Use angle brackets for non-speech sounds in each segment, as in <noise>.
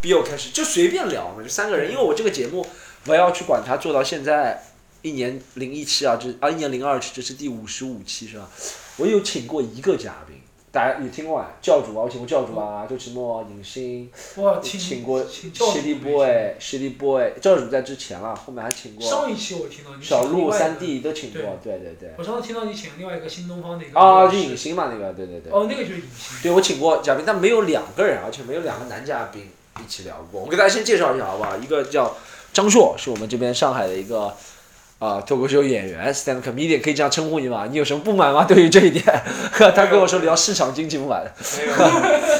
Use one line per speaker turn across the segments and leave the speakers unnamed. B 又开始就随便聊嘛，就三个人，因为我这个节目我要去管它做到现在一年零一期啊，这啊一年零二期，这是第五十五期是吧？我有请过一个嘉宾，大家也听过啊，教主啊，我请过教主啊，周奇墨、影星，
我听
请过
请哦教主
Shitty Boy、Shitty Boy，教主在之前了，后面还哎请过
上一期我听到你
小鹿、三
三
D 都请过，对对对，
我上次听到你请另外一个新东方的一个
啊，
老
就
师
影星嘛那个，对对对。
哦，那个就是影星，
对，我请过嘉宾，但没有两个人，而且没有两个男嘉宾一起聊过。我给大家先介绍一下，好不好？一个叫张硕，是我们这边上海的一个啊、脱口秀演员 （stand up comedian），可以这样称呼你吗？你有什么不满吗？对于这一点， <laughs> 他跟我说聊市场经济不满。
没有，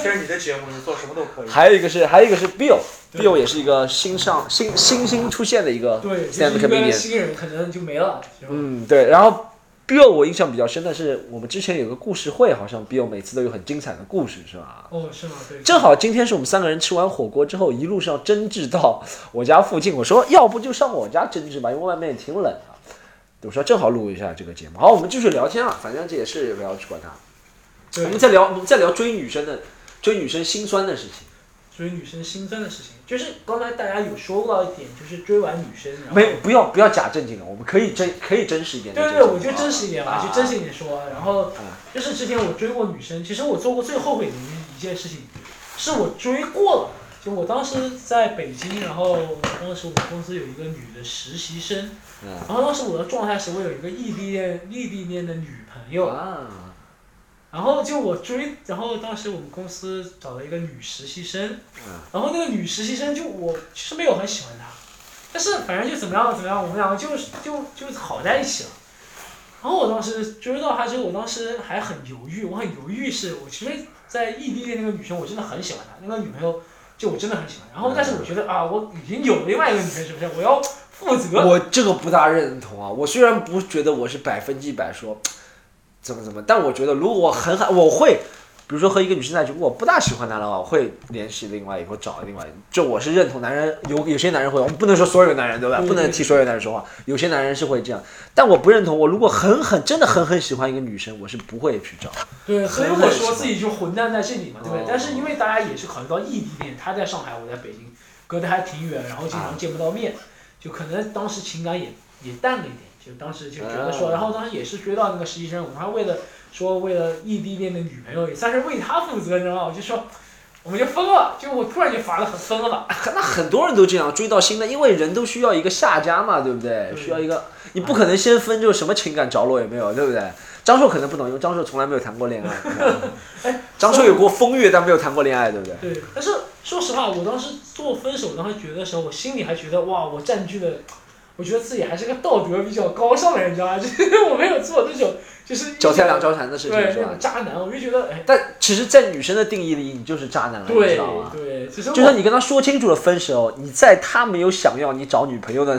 这是你的节目，你做什么都
<laughs>
可以。
还有一个是，还有一个是 Bill，Bill
对
也是一个新上新新新出现的一个
对，就
stand
是
up
一般
comedian。
新人可能就没了，是吧
嗯，对。然后 Bill 我印象比较深的是，我们之前有个故事会，好像 Bill 每次都有很精彩的故事，是吧？
哦，是吗？对，
正好今天是我们三个人吃完火锅之后，一路上争执到我家附近。我说，要不就上我家争执吧，因为外面也挺冷啊。我说正好录一下这个节目。好，我们继续聊天啊，反正这也是不要去管它。啊我
对
们，再聊，啊我们再聊追女生的，追女生心酸的事情。
追女生心酸的事情，就是刚才大家有说到一点，就是追完女生，然后
没有，不要不要假正经了，我们可以真可以真实一点。
对对，我就真实一点吧，
啊
就真实一点说。然后
啊
就是之前我追过女生，其实我做过最后悔的一件事情，是我追过了。就我当时在北京，然后当时我们公司有一个女的实习生，
嗯
然后当时我的状态是我有一个异地恋异地恋的女朋友，
啊
然后就我追，然后当时我们公司找了一个女实习生
嗯，
然后那个女实习生就我其实没有很喜欢她，但是反正就怎么样怎么样，我们两个就是就就好在一起了。然后我当时追到她之后，我当时还很犹豫，我很犹豫是我其实，在异地恋那个女生我真的很喜欢她，那个女朋友就我真的很喜欢，然后但是我觉得啊，我已经有另外一个女生是不是？我要负责。
我这个不大认同啊。我虽然不觉得我是百分之一百说怎么怎么，但我觉得如果我很好，我会，比如说和一个女生在一起，如果我不大喜欢她的话，我会联系另外一个，我找另外一个。这我是认同，男人有有些男人会，我们不能说所有男人对吧？
对
不能替所有男人说话，有些男人是会这样，但我不认同。我如果很很真的很很喜欢一个女生，我是不会去找。
对，所以我说自己就混蛋在这里嘛，对不
哦
对？但是因为大家也是考虑到异地恋，他在上海，我在北京，隔得还挺远，然后
啊
经常见不到面，就可能当时情感也也淡了一点，就当时就觉得说，
嗯
然后当时也是追到那个实习生，我还为了说为了异地恋的女朋友也算是为她负责，你知道吗？我就说。我们就分了，就我突然就乏了，很分了吧。
那很多人都这样追到新的，因为人都需要一个下家嘛，对不对？
对
需要一个，你不可能先分就什么情感着落也没有，对不对？
嗯
张硕可能不懂，因为张硕从来没有谈过恋爱
<laughs> 哎。
张硕有过风月，但没有谈过恋爱，对不对？
对，但是说实话，我当时做分手当时觉的时候，我心里还觉得哇，我占据了，我觉得自己还是个道德比较高尚的人，你知道吗？ <laughs> 就是我没有做那种就是
脚踩两条船的事情
对
是
那
吧
种？渣男，我就觉得哎，
但其实，在女生的定义里，你就是渣男了，你知
对
道吗？
对，其
就
实我
算你跟他说清楚了分手，你在他没有想要你找女朋友的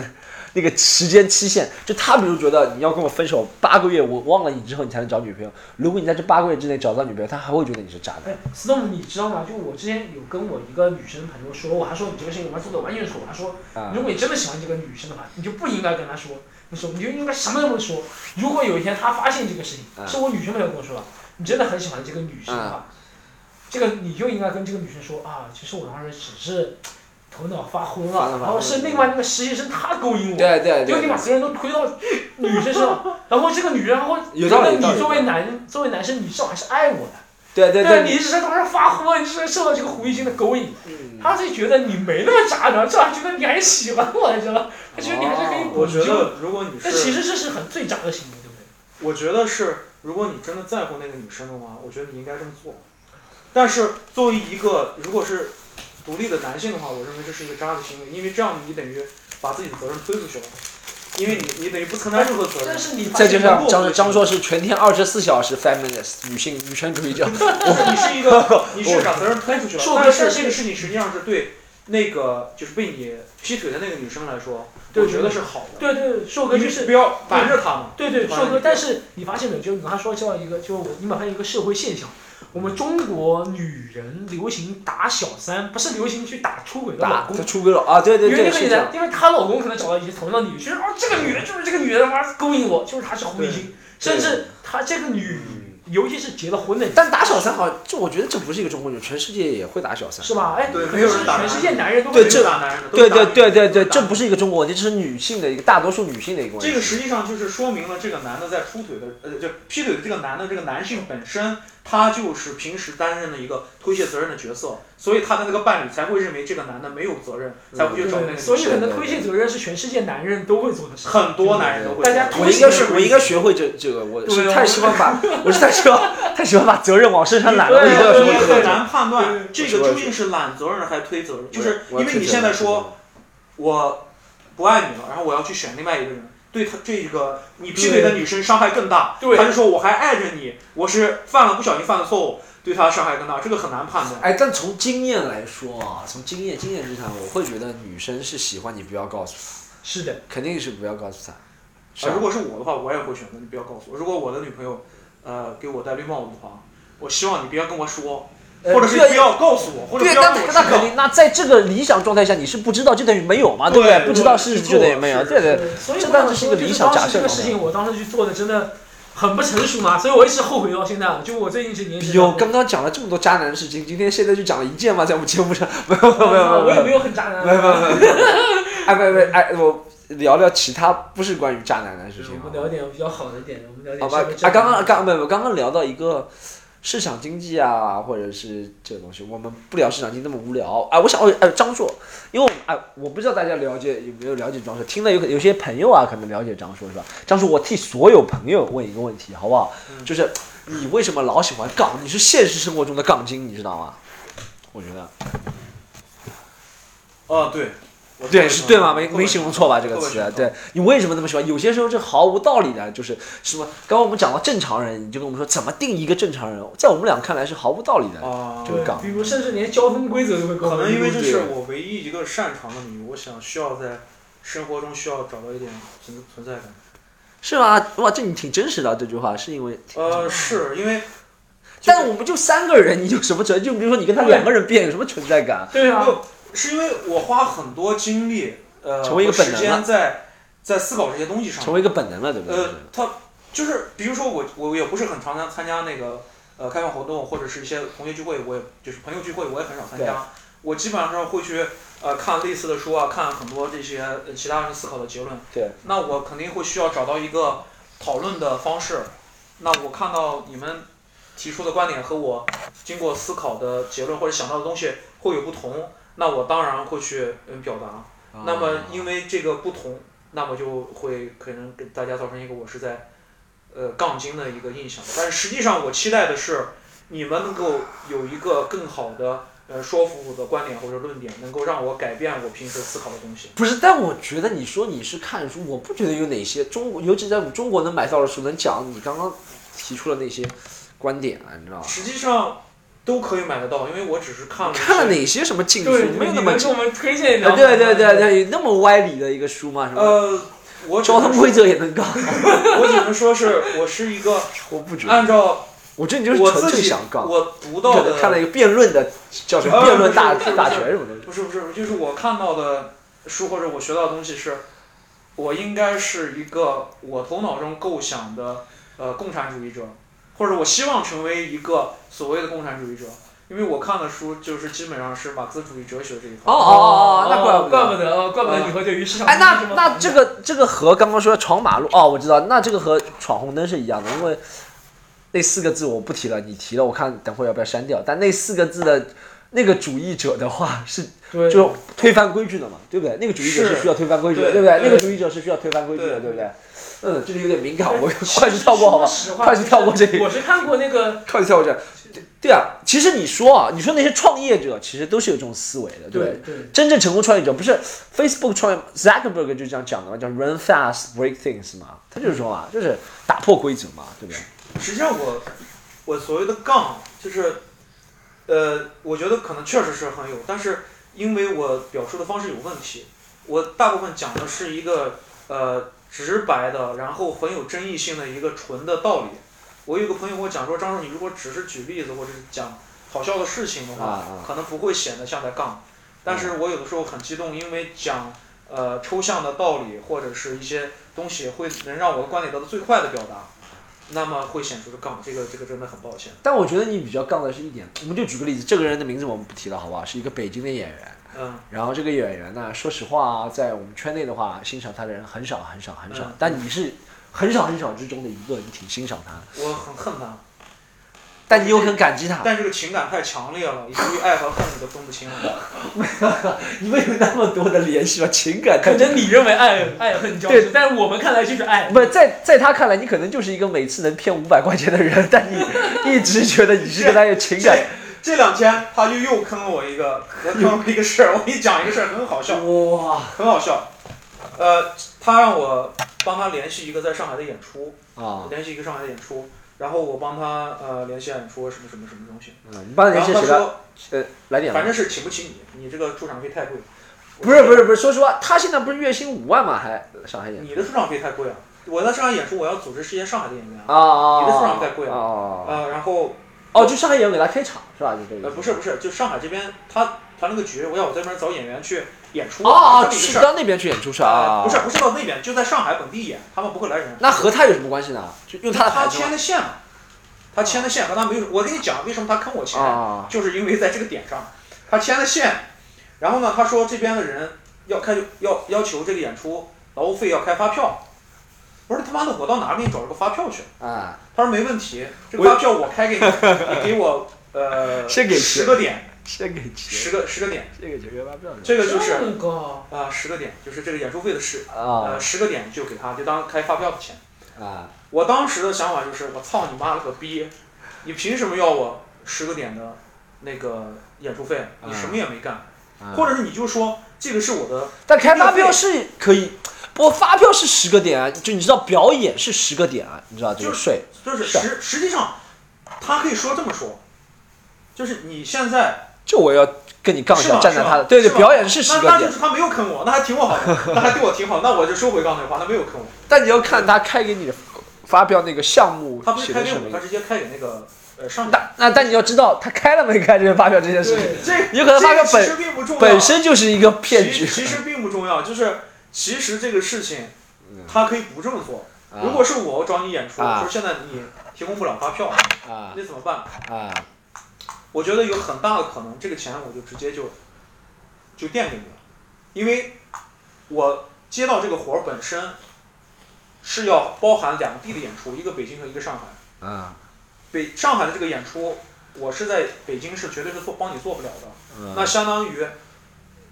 那个时间期限，就他比如觉得你要跟我分手八个月，我忘了你之后你才能找女朋友。如果你在这八个月之内找不到女朋友，他还会觉得你是渣男。
哎，Storm，你知道吗？就我之前有跟我一个女生朋友说，我还说你这个事情我还做的完全错，我还说
啊
如果你真的喜欢这个女生的话，你就不应该跟她说，你说你就应该什么都不说。如果有一天她发现这个事情，
嗯
是我女生朋友跟我说的，你真的很喜欢这个女生的
啊
话，这个你就应该跟这个女生说啊，其实我当时只是头脑发昏
发了
了，
发
然后是
昏
另外那个实习生他勾引我，
对对
就
对
你把责任都推到女生
<laughs>
身上，然后这个女人还会
有
觉
道
得
理有道
你
理
作为男作为男生，你至少还是爱我的。
对对对，
对，你只是当时发昏，你只是受到这个狐狸精的勾引，
嗯
他就觉得你没那么渣，然后这还觉得你还喜欢我，你知道吗？他觉得你还是可以
哦
补
我觉
救。
得如果你
但其
是，
实这是很最渣的行为，对不对？
我觉得是，如果你真的在乎那个女生的话，我觉得你应该这么做。但是作为一个如果是独立的男性的话，我认为这是一个渣的行为，因为这样你等于把自己的责任推出去了，因为你你等于不承担任何责任
但。是你
再加上
我
张
也
张硕是全天二十四小时 feminist 女性女权主义者，
你是一个，你是把责任推出去了，
说
但
但
是
是
这个事情实际上是对那个就是被你劈腿的那个女生来说，
对
我觉得是好的。
对对，硕哥
你
就是
不要瞒着她嘛。
对对，
反正
硕哥
你，
但是你发现没有，就是你刚才说到一个，就是我你发现一个社会现象，我们中国女人流行打小三，不是流行去打出轨的老
打
公
他。出轨了啊！对对
因为
对，
那个
是
女
这
的
样，。
因为她老公可能找到一些同样的理由，就是哦，这个女人就是这个女人，妈勾引我，就是她是狐狸精，甚至她这个女尤其是结了婚的人，
但打小三好，这我觉得这不是一个中国女，全世界也会打小三，
是？吧？哎，
对
可能
没有
是
人打
全
男
世界
人
男人都
对
会
这
打男人的，都
对
是
对
大
对对
女人
对，
都是大
这
女
不是一个中国问题，这是女性的一个大多数女性的一个问题。
这个实际上就是说明了这个男的在出腿的，呃，就劈腿的这个男的，这个男性本身他就是平时担任了一个推卸责任的角色，所以他的那个伴侣才会认为这个男的没有责任，才
嗯
会去找那个
对，
女
所以
生。
可能推卸责任是全世界男人都会做的事。
很多男人都会这样，
大家
我应该学，我应该学会这这个，我
对
是
我
太喜欢把，我是太喜欢太喜欢把责任往身上揽了，我一定要学
对
会
你
这
很
个。
难判断
对
这个究竟是揽责任还是推责任，就是
我要
因为
确
你
诊
现在
了
说，我不爱你了，然后我要去选另外一个人，对他这个你劈腿的女生伤害更大，
对
他就说我还爱着你，我是犯了不小心犯的错误，对他伤害更大，这个很难判断。
哎，但从经验来说啊，从经验经验之谈，我会觉得女生是喜欢你，不要告诉她，
是的，
肯定是不要告诉她。是
啊
啊
如，果是我的话，我也会选择你不要告诉我。如果我的女朋友，呃，给我戴绿帽子的话，我希望你不要跟我说，
呃
或者是
对
不要告诉我，或者
对
不，
那
要跟
那
我知
肯
道
定，那在这个理想状态下，你是不知道，就等于没有嘛，对不
对
不知道事实就等于
对
没有，
是
对对。
对所以
这
我
当
想
然是一
说，
个
就
理
是
想
当
假
时
设
这个
嘛
事情，我当时去做的真的很不成熟嘛，所以我一直后悔到现在了。就我最近这年纪，
有刚刚讲了这么多渣男的事情，今天现在就讲了一件嘛，在我们节目上，没有没有没有
我
没
也
有
没有很渣男
没有没有没有没有，哎没没哎，我聊聊其他不是关于渣男的事
就是
情
我
啊
们。聊点比较好的一点，我们聊点
好吧
稍微，正
啊，刚
常
刚刚
一点
没有，刚刚聊到一个市场经济啊，或者是这个东西，我们不聊市场经济那么无聊啊。我想，哎，张硕，因为我哎，我不知道大家了解有没有了解张硕，听了有有些朋友啊，可能了解张硕是吧？张硕，我替所有朋友问一个问题，好不好？
嗯
就是你为什么老喜欢杠？你是现实生活中的杠精，你知道吗？我觉得
啊，对，我
对
特别
是
同意
对吗？没
特别
没形容错吧？这个
特别
词
同意，
对你为什么那么喜欢？有些时候这毫无道理的，就是什么？刚刚我们讲到正常人，你就跟我们说怎么定义一个正常人，在我们俩看来是毫无道理的。
啊，
这个
对
杠
比如甚至连交通规则都会搞
可能因为这
对
是我唯一一个擅长的领域，我想需要在生活中需要找到一点存存在感。
是吗？哇，这你挺真实的这句话，是因为挺，
呃，是因为
但我们就三个人，你有什么存？就比如说你跟他两个人变，有什么存在感？
对啊，
不是因为我花很多精力，呃，
成为一个
和
本能
时间在在思考这些东西上。
成为一个本能了，对不对？
呃，他就是比如说我我也不是很常常参加那个呃开放活动或者是一些同学聚会，我也就是朋友聚会，我也很少参
对
加。我基本上会去呃看类似的书啊，看很多这些呃其他人思考的结论。
对。
那我肯定会需要找到一个讨论的方式。那我看到你们提出的观点和我经过思考的结论或者想到的东西会有不同，那我当然会去嗯表达。
啊
那么
哦
因为这个不同，那么就会可能给大家造成一个我是在，呃，杠精的一个印象。但是实际上，我期待的是你们能够有一个更好的呃说服我的观点或者论点，能够让我改变我平时思考的东西。
不是，但我觉得你说你是看书，我不觉得有哪些中国，尤其在我们中国能买到的书，能讲你刚刚提出的那些观点啊，你知道吗？
实际上都可以买得到，因为我只是看了一
看了
些。
哪些什么禁书，
对，
没有
你
那么
们给
禁
我们推荐一
呃
条，
对对对，对，那么歪理的一个书嘛，什么、
呃，我只
交
能
通
说
规，则也能搞，
我只能说是我是一个
<laughs> 我不觉得，
按照
我这就是
我
纯
自
粹
己
想搞。
嗯我读
你
到
可
的
能看了一个辩论的叫什么
呃
辩论大
不是不是
大全什么东西，
不是不是，就是我看到的书或者我学到的东西是，我应该是一个我头脑中构想的呃共产主义者，或者我希望成为一个所谓的共产主义者，因为我看的书就是基本上是马克思主义哲学这一
哦
套。
哦哦哦，那怪
怪
不
怪
得。
不得，哦怪不得你会对于市场
哎，那
经济么
那这个这个和刚刚说的闯马路哦，我知道，那这个和闯红灯是一样的，因为那四个字我不提了，你提了，我看等会儿要不要删掉。但那四个字的那个主义者的话是
对
就是推翻规矩的嘛，对不对？那个主义者是
是
需要推翻规矩的，对
对
不对？
对
那个主义者是需要推翻规矩的，
对
对不对？嗯，这里有点敏感，
哎
我
其实
快速跳过好吧
说实？话
快速跳过这里。
我是看过那个，
靠一跳过去。对对啊，其实你说啊，你说那些创业者其实都是有这种思维的，对不对
对对
真正成功创业者不是 Facebook 创业，Zuckerberg 就这样讲的嘛，叫 Run fast, break things 嘛，他就是说嘛，就是打破规则嘛，对不对？
实际上我我所谓的杠就是，呃，我觉得可能确实是很有，但是因为我表述的方式有问题，我大部分讲的是一个呃直白的，然后很有争议性的一个纯的道理。我有个朋友跟我讲说，张叔，你如果只是举例子或者是讲好笑的事情的话，
啊啊
可能不会显得像在杠。但是我有的时候很激动，因为讲呃抽象的道理或者是一些东西，会能让我的观点得到最快的表达。那么会显出是杠，这个这个真的很抱歉。
但我觉得你比较杠的是一点，我们就举个例子，这个人的名字我们不提了，好不好？是一个北京的演员，
嗯，
然后这个演员呢，说实话啊，在我们圈内的话，欣赏他的人很少很少很少，
嗯
但你是很少很少之中的一个，你挺欣赏他的，
我很恨他，
但你又很感激他。
但这个情感太强烈了，以至于爱和恨你都分不清了。
你们有那么多的联系吗？情感
可能你认为爱爱恨交织，但是我们看来就是爱。
不在在他看来，你可能就是一个每次能骗五百块钱的人，但你 <laughs> 一直觉得你是跟他有情感
这。这两天他就又坑了我一个，我坑了我一个事儿，我给你讲一个事儿，很好笑，
哇
很好笑。呃，他让我帮他联系一个在上海的演出，
啊！
联系一个上海的演出，然后我帮他呃联系演出什么什么什么东西，
嗯，你帮人
然后
家
他
谁了？
说
呃，来点吧
反。正是请不起你，你这个出场费太贵。
不是不是不是，说实话，他现在不是月薪五万吗？还上海演
你的出场费太贵啊！我在上海演出，我要组织世界上海的演员啊。
啊啊！
你的市场太贵了
哦
呃，然后
哦，就上海演员给他开场是吧？就这个意思。
呃不是不是，就上海这边他他那个局，我要我在那边找演员去演出，
哦哦，
这么一个
去
事儿。
到那边去演出是吧？
啊，
啊
不是，不是到那边，就在上海本地演，他们不会来人。
那和他有什么关系呢？就用他的
他
牌子
牵
吗
的线嘛，他牵的线和他没有。我跟你讲，为什么他坑我钱，
啊
就是因为在这个点上，他牵了线。然后呢，他说这边的人要开要要求这个演出劳务费要开发票。我说他妈的，我到哪儿给你找了个发票去？
啊！
他说没问题，这个发票我开给你，
<laughs>
你给我呃
先给
十
钱
个点，
先给钱，
十个十个点，
先给钱开发票是吧
这个就是啊、
这个
十个点，就是这个演出费的十
啊
呃十个点就给他，就当开发票的钱。
啊！
我当时的想法就是，我操你妈了个逼，你凭什么要我十个点的那个演出费？你
啊
什么也没干，或
者，
者是你就说这个是我的，
但开发票是可以，不过发票是十个点啊，就你知道表演是十个点啊，你知道这个
就是
税
就是
是
实实际上，他可以说这么说，就是你现在
就我要跟你杠一
是
下，
吗
站在
是
他的
吗
对对，
是吗
表演是十
那
个
那就
点
是，他没有坑我，那还挺
<laughs>
我好的，那还对我挺好，那我就收回刚才的话，他没有坑我，
但你要看他开给你的发票那个项目
他不是
写
开
的
给
什么
我，他
意思。
直接开给那个呃上海。
那那但你要知道他开了没开这个发票这件事情，
对
这
有可能发
这
票
个其
本
实并不重要，
本身就是一个骗
其
局。
其实并不重要，就是其实这个事情
嗯
他可以不这么做。
啊
如果是我找你演出，
啊
说现在你提供不了发票，
啊
那怎么办？
啊
我觉得有很大的可能，这个钱我就直接就就垫给你了，因为我接到这个活儿本身是要包含两地的演出，一个北京和一个上海。
啊
北上海的这个演出，我是在北京是绝对是做帮你做不了的。
嗯
那相当于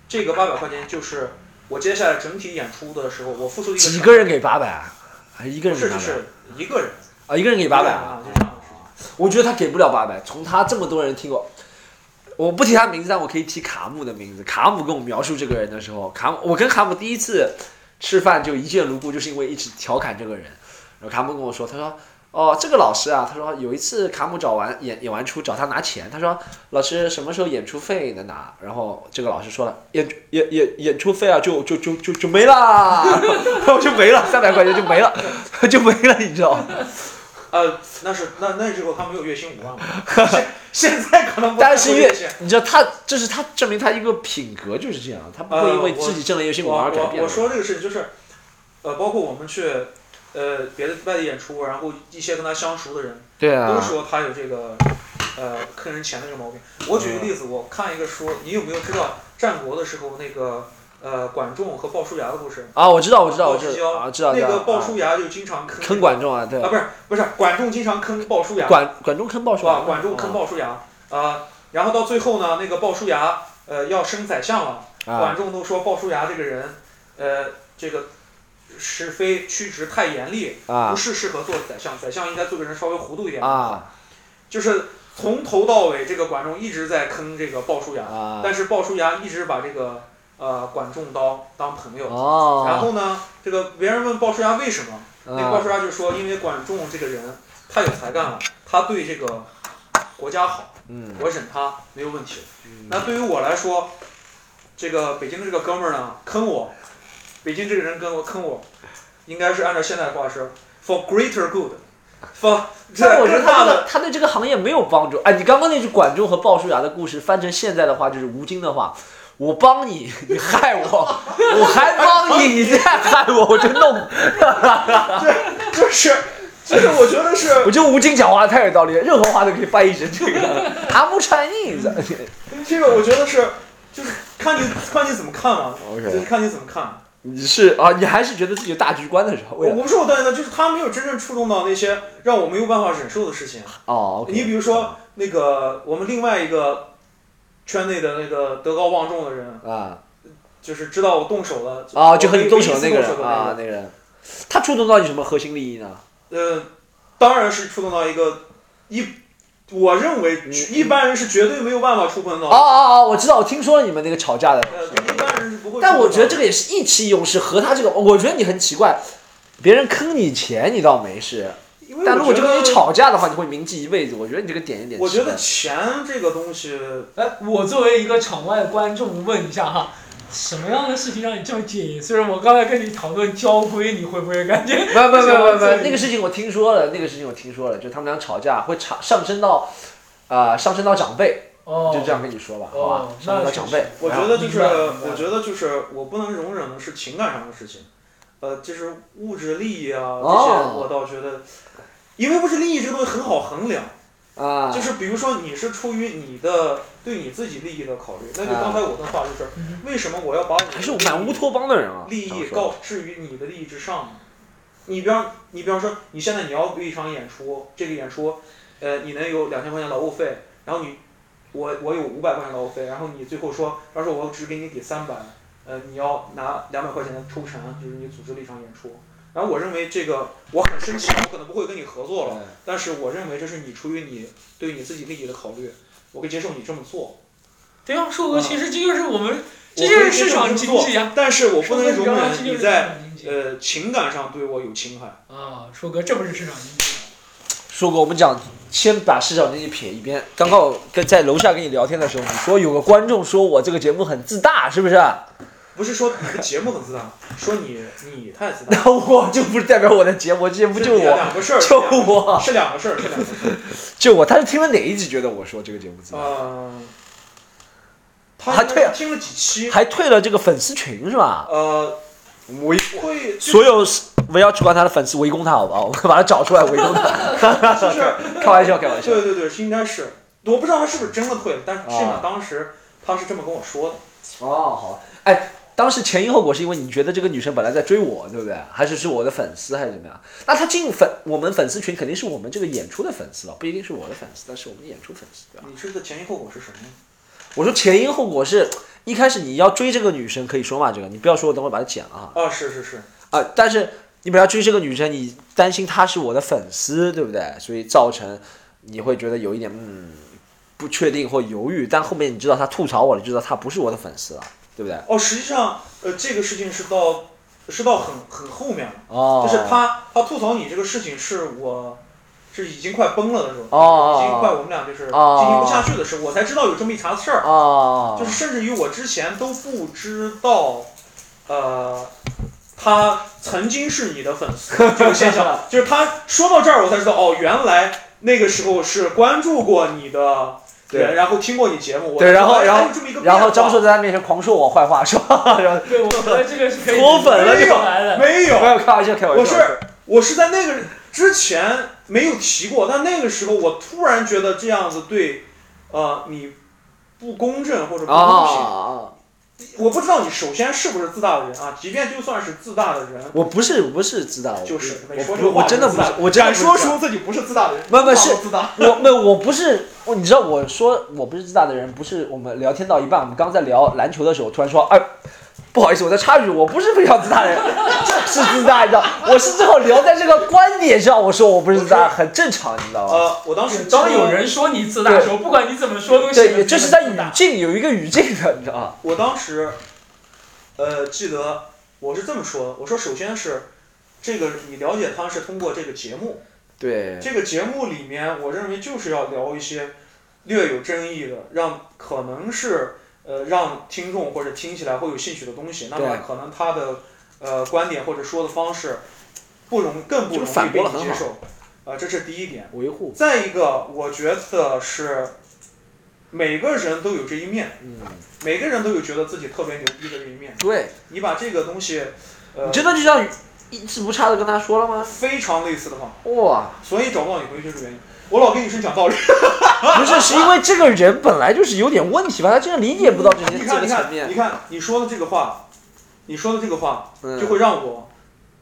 这个八百块钱就是我接下来整体演出的时候，我付出的一个
几
成
个人给八百啊？还一个人
本是
给八
就
百
是一个人
啊？一个人给八百啊？
啊，就这样的事情。
我觉得他给不了八百。从他这么多人听过，我不提他名字，但我可以提卡姆的名字。卡姆跟我描述这个人的时候，卡姆我跟卡姆第一次吃饭就一见如故，就是因为一直调侃这个人。然后卡姆跟我说，他说。哦，这个老师啊，他说有一次卡姆找完演演完出找他拿钱，他说老师什么时候演出费能拿？然后这个老师说了演演演演出费啊就就就就就没啦， <laughs> 然后就没了三百块钱就没了， <laughs> 就没了，你知道吗？
呃，那是那那时候他没有月薪五万
<laughs>
嘛，现现在可能不
但是
太会
月
薪，
你知道他，这是他证明他一个品格就是这样，他不会因为自己挣了月薪五
我
万而改变
我我说这个事情就是，呃，包括我们去呃别的外地演出，然后一些跟他相熟的人，
对
都
啊，
说他有这个呃坑人钱的这个毛病。我举个
嗯
例子，我看一个书，你有没有知道战国的时候那个呃管仲和鲍叔牙的故事？
啊，我知道，我知道，
鲍
我
叔
知
牙
道，啊，知道，知
那
道
个鲍
啊
叔牙就经常坑
坑管仲啊，对
啊，，不是不是，管仲经常坑鲍叔牙，
管哦管仲坑鲍叔
是吧？
牙，
管仲坑鲍叔牙啊、呃然后到最后呢，那个鲍叔牙呃要升宰相了，
啊
管仲都说鲍叔牙这个人呃这个是非曲直太严厉，不
啊
是适合做宰相，宰相应该做个人稍微糊涂一点的
啊
就是从头到尾，这个管仲一直在坑这个鲍叔牙，
啊，
但是鲍叔牙一直把这个呃管仲当当朋友。然
哦，
后呢，这个别人问鲍叔牙为什么，那个鲍叔
啊
牙就说，因为管仲这个人太有才干了，他对这个国家好，
嗯，
我忍他没有问题。
嗯
那对于我来说，这个北京的这个哥们儿呢，坑我，北京这个人跟我坑我，应该是按照现在的话是 for greater good，for
但我觉得
更
他这
大的
个他对这个行业没有帮助。哎，你刚刚那句管仲和鲍叔牙的故事翻成现在的话，就是吴京的话，我帮你，你害我，我还帮你，你再害我，我就弄 <laughs>
就是
其实我觉得是
我觉得吴京讲话太有道理了，任何话都可以翻译成这个 I'm Chinese。
这个我觉得是，就是看你看你怎么看嘛，
OK
就是看你怎么看。
你是啊，你还是觉得自己有大局观的是吧？为了
我我不是我断言的，就是他没有真正触动到那些让我没有办法忍受的事情。
哦，OK，
你比如说那个我们另外一个圈内的那个德高望重的人，
啊
就是知道我动手了
啊，
我
就和你
唯
动手那
唯一一
个
次
人
动的
啊，那个人，他触动到你什么核心利益呢？
呃，当然是触动到一个一，我认为
你
一般人是绝对没有办法触碰到
哦
的。
哦哦，我知道，我听说了你们那个吵架的，
呃，一般人是不会触碰到的。
但我觉得这个也是意气用事，和他这个，我觉得你很奇怪，别人坑你钱你倒没事，
因为
但如
我
果
觉
就
得
跟你，吵架的话，你会铭记一辈子。我觉得你这个点有点
我
奇
觉
怪
得钱这个东西，
哎，我作为一个场外观众问一下哈，什么样的事情让你这么介意？虽然我刚才跟你讨论交规，你会不会感觉？
没有没有没有没有没有
这，
<laughs> 那个事情我听说了，那个事情我听说了，就他们俩吵架会吵上升到，啊上升到长辈，
哦，
就这样跟你说吧，好吧
哦，
上升到
那
长
确
辈
实，
我觉得就是，
明白明白
我觉得就是我不能容忍的是情感上的事情，呃，就是物质利益啊这
哦
些，我倒觉得，因为物质利益这个东西很好衡量，
啊，
就是比如说你是出于你的对你自己利益的考虑，那就刚才我的话就是，
嗯
为什么我要把我的
啊还是蛮乌托邦的人啊，
利
这
益
样说
告置于你的利益之上呢？你比方，你比方说，你现在你要为一场演出，这个演出，呃，你能有两千块钱劳务费，然后你，我我有五百块钱劳务费，然后你最后说，比方说我只给你给三百，呃，你要拿两百块钱的抽成，就是你组织了一场演出，然后我认为这个我很生气，我可能不会跟你合作了，
嗯
但是我认为这是你出于你对你自己利益的考虑，我可以接受你这么做，
对啊，硕哥，其实这就是我们，
我
这
可
就是
以接
市
受你
场
这
经
么
济
做
啊。，
但是我不能
硕哥
容
刚刚
忍
其实
你
就是
在。
市场经济
呃，情感上对我有侵害。
啊，硕哥，这不是市场经济啊。
说过，我们讲先把市场经济撇一边。刚刚我跟在楼下跟你聊天的时候，你说有个观众说我这个节目很自大，是不啊是？
不是说你的节目很自大，说你你太自大，
<laughs> 那我就不是代表我的节目，这不就
这
我，
两个事儿，
就
两个
我，
是两个事儿，是两个事
<laughs>
儿。
就我。他是听了哪一集觉得我说这个节目自大，
呃，他
啊对啊
听了几期，
还退了这个粉丝群是吧？
呃，
围 <laughs>
会就
所有围绕主管他的粉丝围攻他，好不 <laughs> 好？我们把他找出来围攻他。
是，
开玩笑，开玩笑。
对对对，是应该是，我不知道他是不是真的退了，但是
啊
起码当时他是这么跟我说的。
哦，好。哎，当时前因后果是因为你觉得这个女生本来在追我，对不对？还是是我的粉丝还是怎么样？那她进粉我们粉丝群，肯定是我们这个演出的粉丝了，不一定是我的粉丝，但是我们演出粉丝，对吧？
你是的前因后果是什么呢？
我说前因后果是一开始你要追这个女生，可以说嘛？这个你不要说，我等会儿把它剪了哈。
啊，是是是，
啊，但是你本来追这个女生，你担心她是我的粉丝，对不对？所以造成你会觉得有一点嗯不确定或犹豫，但后面你知道她吐槽我了，就知道她不是我的粉丝了，对不对？
哦，实际上，呃，这个事情是到是到很很后面了。
哦，
就是他他吐槽你这个事情是我是已经快崩了的时候，
哦
已经快我们俩就是进
哦
行不下去的时候，我才知道有这么一茬事儿，
哦，
就是甚至于我之前都不知道，呃。他曾经是你的粉
<laughs>
丝，这个现象，就是他说到这儿，我才知道哦，原来那个时候是关注过你的人，
对
然后听过你节目，我
对
才知
然后
道哎
然后
还有这么一个
然后
变化
张硕在他面前狂说我坏话，说 <laughs> 然后
对，我觉得这个是 <laughs> 可以
脱粉了就
理解出来的。
没有
没，有开玩笑，开玩笑，
我是我是在那个之前没有提过，但那个时候我突然觉得这样子对，呃，你不公正或者不
啊
公
啊
平。
啊啊！
我不知道你首先是不是自大的人啊，即便就算是自大的人，
我不是我不是知道，我
就是没
我
说
不我真的不是，我真的
敢
不是
说出自己不是自大的人，
不不是
自大自大。
我没有，我不是我，你知道我说我不是自大的人，不是我们聊天到一半，我们刚在聊篮球的时候，突然说，哎，不好意思，我在插一句，我不是非常自大的人，是自大，你知道，我是最后聊在这个观点上，我说我不是自大，很正常，你知道吗？
呃，我当时
当有，人说你自大的时候，不管你怎么说都显
对，
得
这是
自己
在
很
语
自大
境有一个语境的，你知道吗？
我当时，呃，记得我是这么说的，我说首先是这个你了解他是通过这个节目，
对，
这个节目里面，我认为就是要聊一些略有争议的，让可能是呃让听众或者听起来会有兴趣的东西。那么
对
可能他的呃观点或者说的方式不容更不容
就是反
易被
驳了
你
很
接
好
受。呃，这是第一点。
维护，
再一个，我觉得是每个人都有这一面，
嗯，
每个人都有觉得自己特别牛逼的这一面。
对，
你把这个东西，呃，
你真的就像一字不差的跟他说了吗？
非常类似的话，
哇，
所以找不到女朋友就是原因。我老跟女生讲道理，
不是，是因为这个人本来就是有点问题吧，他竟然理解不到这些
你
这
看，
个
你
层
看，
面
你，看，你说的这个话，你说的这个话，
嗯
就会让我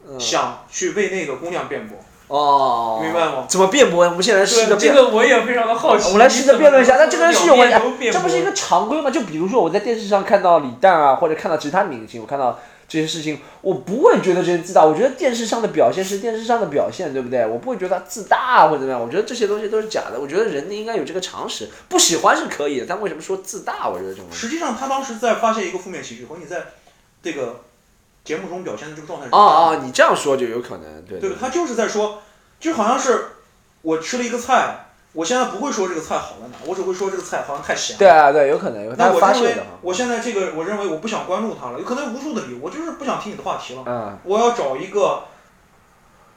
嗯
想去为那个姑娘辩驳，
哦，
明白吗？
怎么辩驳呀？我们现在试着
对，
辩
这，个我也非常的好奇。
我们来试着辩论一下。那这个人是有问
有
题，
辩
哎这
驳
不是一个常规吗？就比如说我在电视上看到李诞啊，或者看到其他明星，我看到这些事情，我不会觉得这人自大。我觉得电视上的表现是电视上的表现，对不对？我不会觉得他自大啊或者怎么样。我觉得这些东西都是假的。我觉得人应该有这个常识，不喜欢是可以的，但为什么说自大？我觉得这种问题。
实际上，他当时在发现一个负面情绪和你在这个节目中表现的这个状态是
哦
一样的
哦，你这样说就有可能，对
对吧？他就是在说，就好像是我吃了一个菜，我现在不会说这个菜好在哪，我只会说这个菜好像太咸了。
对啊，对，有可能，有可
那
能他
我
发
认
泄
为
的哈，
我现在这个，我认为我不想关注他了，有可能有无数的理由，我就是不想听你的话题了。
嗯，
我要找一个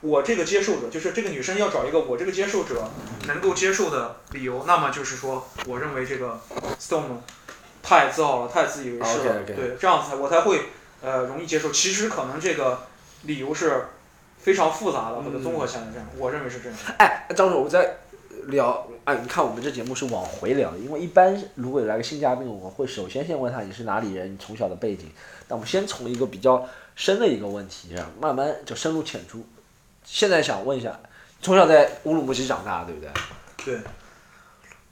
我这个接受者，就是这个女生要找一个我这个接受者能够接受的理由。那么就是说，我认为这个 Stone 太自傲了，太自以为是了
OK，OK
对，这样子才我才会呃容易接受。其实可能这个理由是非常复杂的，或者综合起来这样，我认为是这样。
哎，张总，我在聊，哎，你看我们这节目是往回聊的，因为一般如果有来个新嘉宾，我们会首先先问他你是哪里人，你从小的背景，那我们先从一个比较深的一个问题，慢慢就深入浅出。现在想问一下，从小在乌鲁木齐长大，对不对？
对，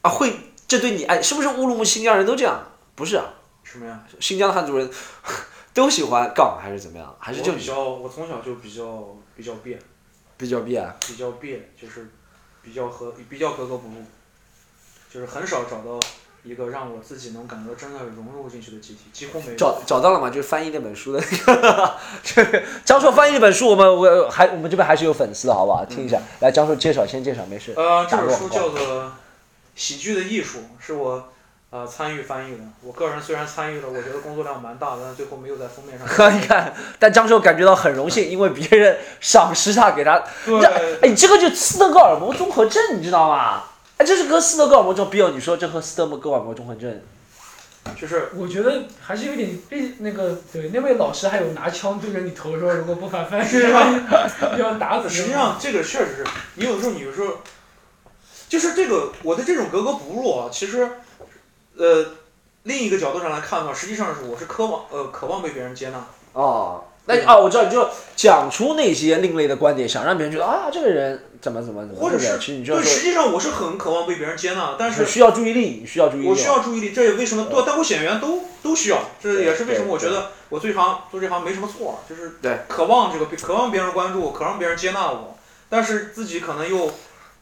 啊，会，这对你，哎，是不是乌鲁木齐新疆人都这样？不是啊，
什么呀？
新疆的汉族人 <laughs> 都喜欢杠，还是怎么样？还是就
我比
你
较，我从小就比较比较别，
比较变？
比较别，就是比较和比较格格不入，就是很少找到一个让我自己能感到真的融入进去的集体，几乎没有。
找找到了嘛？就是翻译那本书的那个，这个张硕翻译那本书，我们我还我们这边还是有粉丝的，好不好？听一
嗯
下，来，张硕介绍，先介绍，没事。 <laughs>
呃，这
打
本
落
书
好。
叫做《喜剧的艺术》，是我呃参与翻译的。我个人虽然参与了，我觉得工作量蛮大的，但最后没有在封面上
你看，但张硕感觉到很荣幸，因为别人赏识他，给他。
对，
哎，这个就斯德哥尔摩综合症，你知道吗？哎，这是和斯德哥尔摩症，Bill，你说这和斯德哥尔摩综合症
就是
我觉得还是有点被那个对那位老师还有拿枪对着你头说，如果不反翻
是
身
吧
<laughs> 要打死。
实际上这个确实是，你有时候你有时候，就是这个我的这种格格不入啊，其实，呃，另一个角度上来看的话，实际上是我是渴望呃渴望被别人接纳。
哦，那你哦，我知道，你就讲出那些另类的观点，想让别人觉得啊，这个人怎么怎么怎么，
或
对
者
不对
是
其实你就
对，
要说
实际上我是很渴望被别人接纳的，但
你
是
需要注意力，你需要注意力。
我需要注意力，这也为什么做单口演员都都需要，这
哦对
也是为什么
对
我觉得我做这行做这行没什么错，啊就是
对
渴望这个渴望别人关注，渴望别人接纳我，但是自己可能又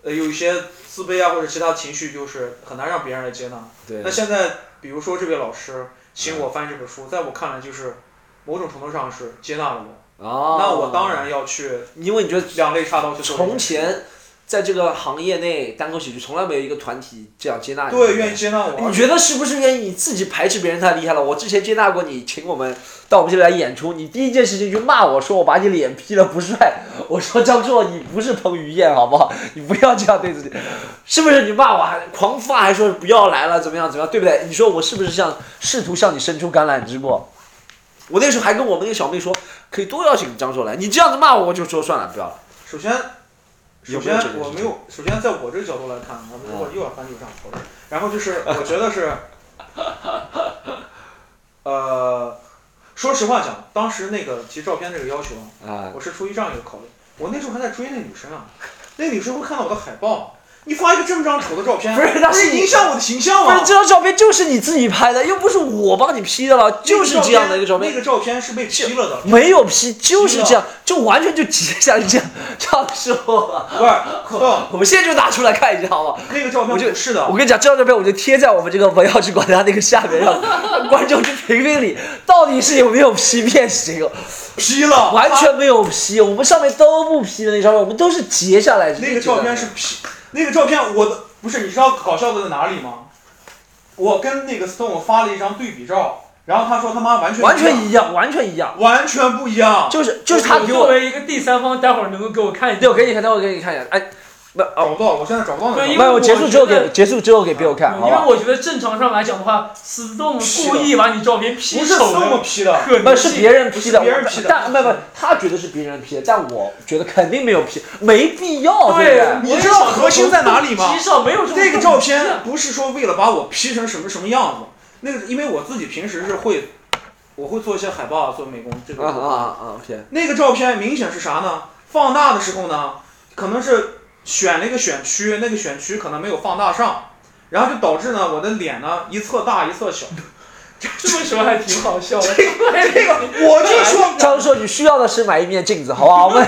呃有一些自卑啊或者其他情绪，就是很难让别人来接纳。
对
那。现在比如说这位老师请我翻译这本
嗯
书，在我看来就是某种程度上是接纳了我，
哦，
那我当，然要去
因为你觉得
两肋插刀去做这个
从前在这个行业内，单口喜剧从来没有一个团体这样接纳你。
对愿意。接纳我，
哎你觉得是不是愿意你自己排斥别人太厉害了？我之前接纳过你，请我们到我们这里来演出，你第一件事情就骂我说我把你脸 P 了不帅， <laughs> 我说张硕你不是彭于晏好不好？你不要这样对自己，是不是？你骂我还狂发，还说不要来了，怎么样怎么样，对不对？你说我是不是向试图向你伸出橄榄枝过？我那时候还跟我们那个小妹说，可以多邀请张硕来。你这样子骂我，我就说算了，不要了。
首先，首
有没有这
先
个嗯
我
事
没有，首先在我这个角度来看，我们如果又要翻旧账讨论，然后就是我觉得是，呃，说实话讲，当时那个提照片这个要求啊，
啊，
我是出于这样一个考虑，我那时候还在追那女生啊，那女生会看到我的海报，你发一个这么张丑的照片，
不是那是你
影响我的形象啊
不是
吗？
这张照片就是你自己拍的，又不是我帮你 P 的了，就是这样的一个照
那
片，
个照片是被 P 了的，
没有 P，就是这样，就完全就截下来这样这样说。
不是，对
我们现在就拿出来看一下，好吗？
那个照
我就
片不是的
我，跟你讲，这张照片我就贴在我们这个不要去管他那个下面，让观众去评评理，到底是有没有 P 变形，
P 了，
完全没有 P，我们上面都不 P 的那张照片，我们都是截下来。
那个照片是 P，那个照片我的不是，你知道搞笑的在哪里吗？我跟那个 Stone 发了一张对比照，然后他说他妈完全
完全
一
一样，完全一样，
完全不一样，
就是就是他给我
作为一个第三方，待会儿能够给我看一下。
对，我给你看，待会儿给你看一下。哎，那哦，
找不到，我现在找不到那
对
个
因
照
为
那
我
我结束之后
觉得啊
给结束之后给 Bill 看，好
嗯因为
吧？
我觉得正常上来讲的话，死洞故意把你照片 P
片，不是
丑
这么
的，
批的，
可能
不是别人 P 的，
不是别人 P 的
但不不，他觉得是别人 P 的，但我觉得肯定没有 P，没必要，对
对
不，对？
你知道核心在哪里吗
极少没有这么
那个照片不是说为了把我 P 成什么什么样子，那个因为我自己平时是会，我会做一些海报啊，做美工这
啊啊
个。
啊啊！OK，
那个照片明显是啥呢？放大的时候呢，可能是选了一个选区，那个选区可能没有放大上，然后就导致呢我的脸呢一侧大一侧小。
<laughs> 这么说还挺好笑的。
这个我就说
张硕，你需要的是买一面镜子，好不好？我们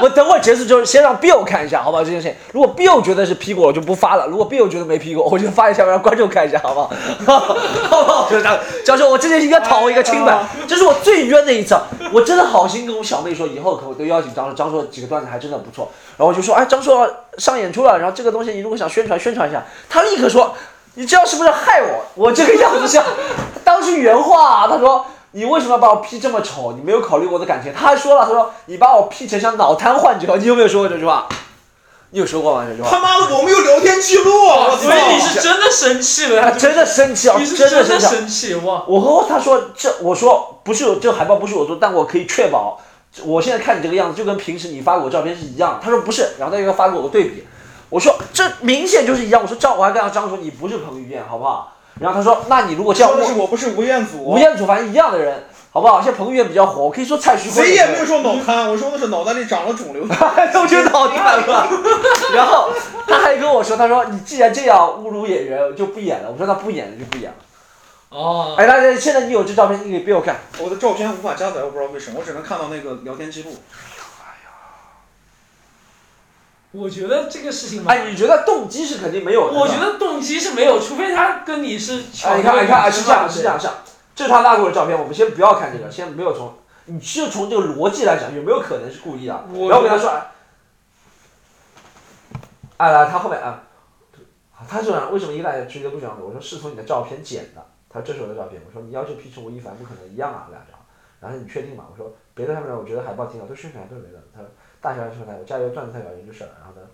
我等会儿结束之后先让 Bill 看一下，好不好？这件事情，如果 Bill 觉得是 P 过，我就不发了；如果 Bill 觉得没 P 过，我就发一下让观众看一下，好不 <laughs> 好？好不好？就是张张硕，我这件事应该讨我一个清白，这是我最冤的一次。我真的好心跟我小妹说，以后可我都邀请张硕，张硕几个段子还真的不错。然后我就说，哎，张硕上演出了，然后这个东西你如果想宣传宣传一下，他立刻说，你这样是不是害我？我这个样子像，当时原话、啊，他说。你为什么把我 P 这么丑？你没有考虑我的感情。他还说了，他说你把我 P 成像脑瘫患者，你有没有说过这句话？你有说过吗？这句话？ <laughs>
他妈的我们有聊天记录，啊我操
所！以你是真的生气了，
他真的生气啊！
你是
真的
的
生气啊！
生气哇！
我和他说这，我说不是我这个海报不是我做，但我可以确保，我现在看你这个样子就跟平时你发给我照片是一样的。他说不是，然后他又发给我个对比，我说这明显就是一样。我说张，我还跟他张说你不是彭于晏，好不好？然后他说那你如果这样
说，的是我不是吴彦祖啊
吴，彦祖反正一样的人，好不好？现在彭于晏比较火，我可以说蔡徐坤。
谁也没有说脑瘫，我说的是脑袋里长了肿瘤。
都觉得好看了。然后他还跟我说，他说你既然这样侮辱演员，我就不演了。我说那不演了就不演了。
哦，
哎，大家现在你有这照片，你给 Bill 看。
我的照片无法加载，我不知道为什么，我只能看到那个聊天记录。
我觉得这个事情吧，
哎，你觉得动机是肯定没有的。
我觉得动机是没有，除非他跟你是
是 <laughs> 吧。哎，你看，你看，哎，是这样，是这样，是这样。这是他拉给我的照片，我们先不要看这个，先没有从，你就从这个逻辑来讲，有没有可能是故意的？啊
我
然后我跟他说，哎，哎，来，他后面啊，啊他说为什么一个大家觉得不喜欢我？我说是从你的照片剪的。他说这是我的照片。我说你要求 P 成吴亦凡不可能一样啊，两张。然后你确定吗？我说别的上面我觉得海报挺好，都宣传都是没的。他说大小宣传，我加油段子太搞研究事儿，然后呢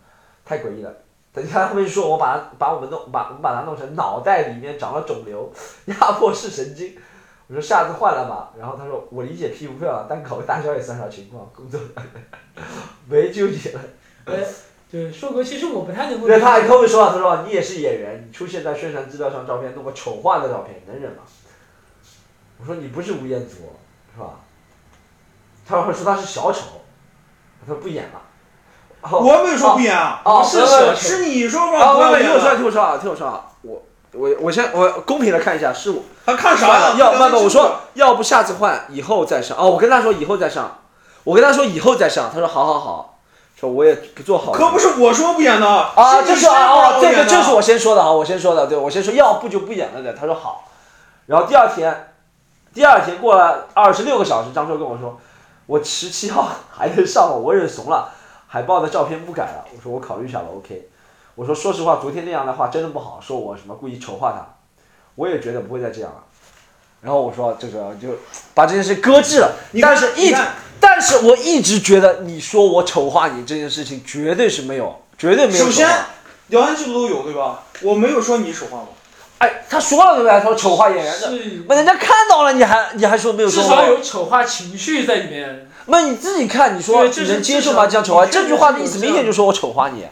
太诡异了。等一下，他们说我把它把我们弄把我们把它弄成脑袋里面长了肿瘤，压迫式神经。我说下次换了吧，然后他说我理解 P 无票啊，但考个大小也算啥情况，工作没纠结了。
哎，对，硕哥，其实我不太能够。
对，他还跟我说了，他说你也是演员，你出现在宣传资料上照片弄个丑化的照片，能忍吗？我说你不是吴彦祖是吧？他会说他是小丑，他说不演了。哦
我没有说不演啊，
哦，
是
呃
是
呃
是你说
啊，
吧，
我
我
我听我说，
说。
听我说啊，听我说啊，我我我先我公平的看一下，是我
他看啥呀？
要慢慢，我
啊
说要不下次换，以后再上哦，我跟他说以后再上，我跟他说以后再上，他说好好好，说我也做好了。
可不是我说不演的
啊，
你
这是
说
啊
让
哦，
我
这
演
个
的
这是我先说的啊，我先说的，对我先说，要不就不演了的。他说好，然后第二天，第二天过了二十六个小时，张硕跟我说，我十七号还能上吗？我忍怂了，海报的照片不改了。我说我考虑一下吧，OK。我说说实话，昨天那样的话真的不好，说我什么故意丑化他，我也觉得不会再这样了。然后我说这个就把这件事搁置了，
你看
但是一
你
直
看，
但是我一直觉得你说我丑化你这件事情绝对是没有，绝对没有丑化。
首先聊天记录都有对吧？我没有说你丑话吧？
哎，他说了对不对？他说丑化演员的，
是
那人家看到了，你还你还说没有
至
说
少
话？
有丑化情绪在里面。
那你自己看，你说
对这
你
是
能接受
至
吗？
少
这样丑化，
你确
这
实
句话的意
有
思
这
明显就说我丑化你。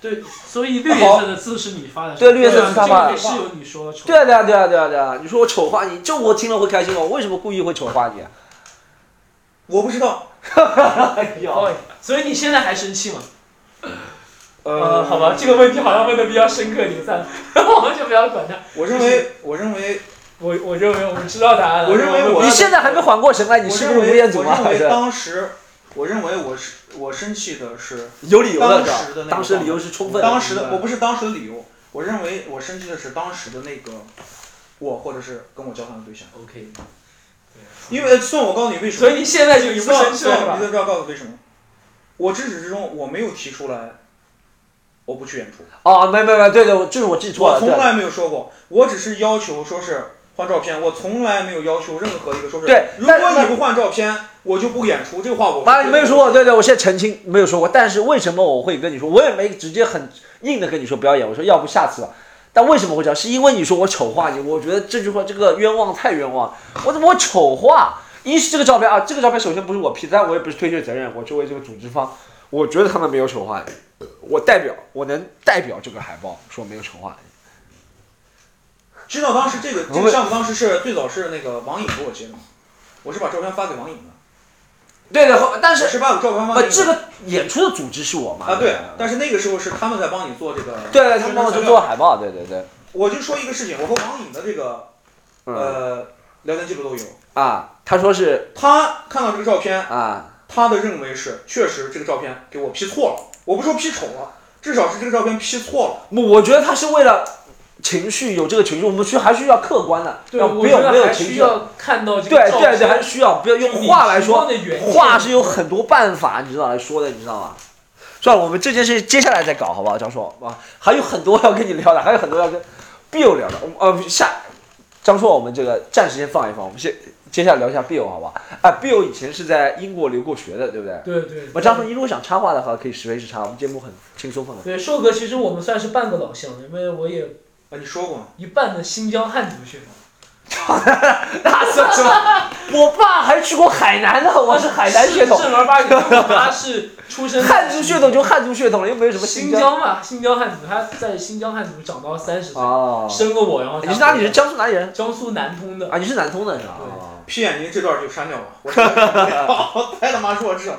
对，所以绿颜色的字是你发的，
对绿颜色的字他发的
这个是有你说的丑。
对啊对啊对啊对啊对啊！你说我丑化你，这我听了会开心吗？我为什么故意会丑化你？
我不知道。
哎
哦，所以你现在还生气吗？
呃，
好吧，这个问题好像问的比较深刻点，算了， <laughs> 我们就不要管它。
我认为，我认为，
我我认为我们知道答案了。
我认为我
你现在还没缓过神来，你
我
是
认
不是吴
为，
彦祖
我
吗？
认为
对
当时，我认为我是我生气的是
有理由的，
当
是吧
时的那个
当时理由是充分的。
当时的，我不是当时的理由，我认为我生气的是当时的那个我，或者是跟我交谈的对象。
OK。
因为呃算我告诉你为什么，
所以你现在就已经不生气了是
算
吧
你？都知道告诉为什么。我至始至终我没有提出来，我不去演出，
哦，没没没，对对，我这是我记错
我
了。
从
对，
来没有说过，我只是要求说是换照片，我从来没有要求任何一个说是
对
如
但
果
那
你不换照片，我就不演出。这话我
妈，你没有说过，对对，我现在澄清没有说过。但是为什么我会跟你说，我也没直接很硬的跟你说不要演，我说要不下次吧。但为什么会这样？是因为你说我丑化你，我觉得这句话这个冤枉太冤枉了。我怎么我丑化？一是这个照片啊，这个照片首先不是我 P 的，但我也不是推卸责任，我作为这个组织方，我觉得他们没有丑化你，我代表我能代表这个海报说没有丑化你。
知道当时这个
我
这个
问
项目当时是最早是那个王颖给我接的嘛，我是把照片发给王颖的，
对对，后但
我
是
是把我照片发
不
给你的
呃这个演出的组织是我嘛？
啊对，但
是
是那个时候是他们在帮你做这个，
对对，他们帮我做做海报，对对对，
我就说一个事情，我和王颖的这个
嗯
呃聊天记录都有，
啊，他说是
他看到这个照片，
啊。
他的认为是确实这个照片给我 P 错了，我不说 P 丑了，至少是这个照片 P 错了。
我我觉得他是为了情绪有这个情绪，我们需还需要客观的，
对，
要
我
没
觉
有没
得
有
还
情
需
绪，
要看到这
对
个照
对对，
片
还需要不要用话来说，
这个原因
话是有很多办法，你知道来说的，你知道吗？算了，我们这件事接下来再搞，好不好，张硕？啊，还有很多要跟你聊的，还有很多要跟 Bill 聊的。我们呃，下张硕，我们这个暂时先放一放，我们先接下来聊一下 Bill，好不好？啊，Bill 以前是在英国留过学的，对不对？
对对，
我张硕，你如果想插话的话，可以实锤实插，我们节目很轻松放的。
对硕哥，其实我们算是半个老乡，因为我也
啊，你说过吗？
一半的新疆汉族血统。
那算什么？我爸还去过海南呢，我是海南血统
是，正儿八经，我妈是出生在
汉族血统就汉族血统了，又没有什么
新
疆。
疆嘛，新疆汉族，他在新疆汉族长到三十岁，
哦，
生过我，然后
你是哪里人？？江苏哪里人？
江苏南通的。
啊，你是南通的是吧？
对
哦
P 眼睛这段就删
<laughs>
掉吧，我实在受不了我太他妈弱智了。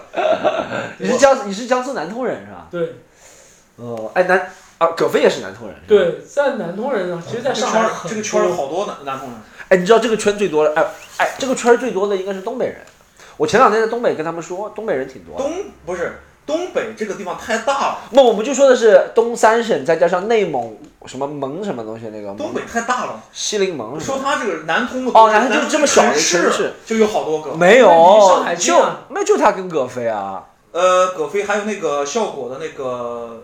你是江你是江苏南通人是吧？
对
哦，哎南啊，葛飞也是南通人。是吧，
嗯对，在南通人啊，其实在
这个
上
圈
海
儿
很
这个圈儿
多
好多男
<laughs>
男同人，
哎，你知道这个圈最多的哎哎，这个圈最多的应该是东北人。我前两天在东北跟他们说，东北人挺多的。
东不是东北这个地方太大了，
那我们就说的是东三省，再加上内蒙什么蒙什么东西那个
东
蒙
北太大了。
西陵蒙什
说
么。
他这个南通的
嗯哦，然后就是这么小的
城
城市，
就有好多个。
没
那离
有
上，海
就
近啊
没有就他跟葛飞啊，
呃，葛飞还有那个效果的那个，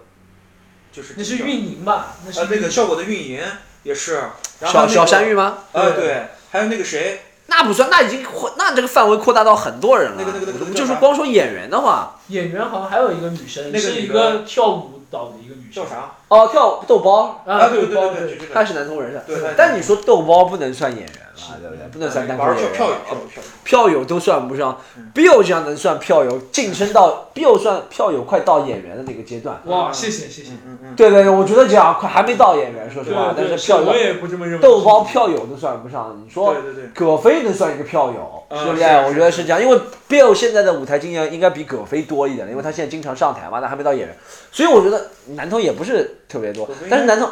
就是
那是运营吧？那是
呃那个
运营
效果的运营也是，然后还有
小
那个
小山芋吗？
呃对，还有那个谁，
那不算，那已经扩，那这个范围扩大到很多人了。
那个那个那个
我们就说光说演员的话，
演员好像还有一个女生，
那个
是
女
一
的
个跳舞蹈的一个女生
叫。啥？
哦，跳豆包，
啊
啊
对
包
对对，就这
他
个。
是南通人是吧。
对，
但你说豆包不能算演员了，
是
对不对？不
不
能算单口
玩
演员。
票票友票友票友，
票友都算不上
嗯
，Bill 这样能算票友，晋升到 Bill 算票友快到演员的那个阶段。
哇，谢谢谢谢。
嗯嗯嗯，
对对对，我觉得这样快还没到演员，说实话，但
对，
是票友
我也不这么认为。
豆包票友都算不上。你说
对对对，
葛飞能算一个票友，
嗯
是不哎
是
我觉得是这样，因为 Bill 现在的舞台经验应该比葛飞多一点，因为他现在经常上台嘛，但还没到演员，所以我觉得南通也不是特别多
葛飞，
但是南通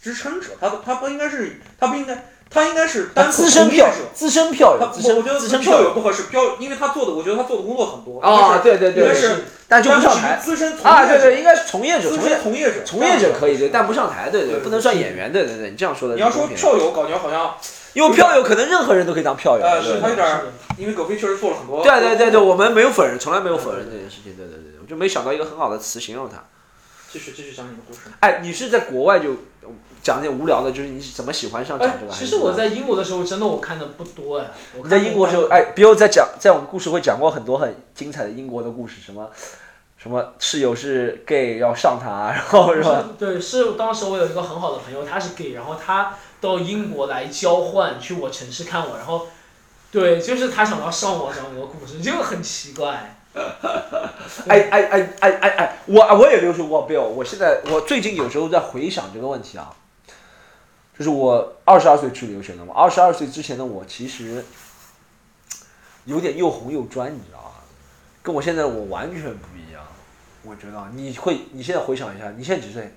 支撑者，他他不应该是，他不应该，他应该是
他
单口
资深
从业
票
者。
资深票
他
友，
我
资
我
深
觉
资
得
深票
票
友
友不合适，票，因为他做的，我觉得他做的工作很多
啊，，对对
应该
对，
是
但就
应
不
该是
上台
资深从
啊，
业
对
者，
对，应该是从业者，
资
从业
深从业者，
从业者可以对，但不
不。
上台，对
对
不能算演员，对对对，你这样说的
你
是
要
不公
说
平的，
票友，感觉好像，
因为票友可能任何人都可以当票友，
呃，
对
是
对
他
对
有点儿，
是的
因为葛飞确实做了很多。
对对对对，，我们没有否认，从来没有否认这件事情，对对对对，我就没想到一个很好的词形容他。
继续继续讲你的故事。
哎，你是在国外就讲点无聊的，就是你是怎么喜欢上讲
哎
这个？，
其实我在英国的时候，真的我看的不多哎。我
你
看
在英国的时候，
看
哎，Bill 在讲在我们故事会讲过很多很精彩的英国的故事，什么什么室友是 gay 要上他，然后
不
是吧？
是对，是当时我有一个很好的朋友，他是 gay，然后他到英国来交换，去我城市看我，然后对，就是他想要上我讲我的故事，就很奇怪。
哎哎哎哎哎哎，我我也留学过 Bill，我现在我最近有时候在回想这个问题啊，就是我二十二岁去留学的嘛，二十二岁之前的我其实有点又红又专，你知道吗？跟我现在的我完全不一样。我觉得啊你会，你现在回想一下，你现在几岁？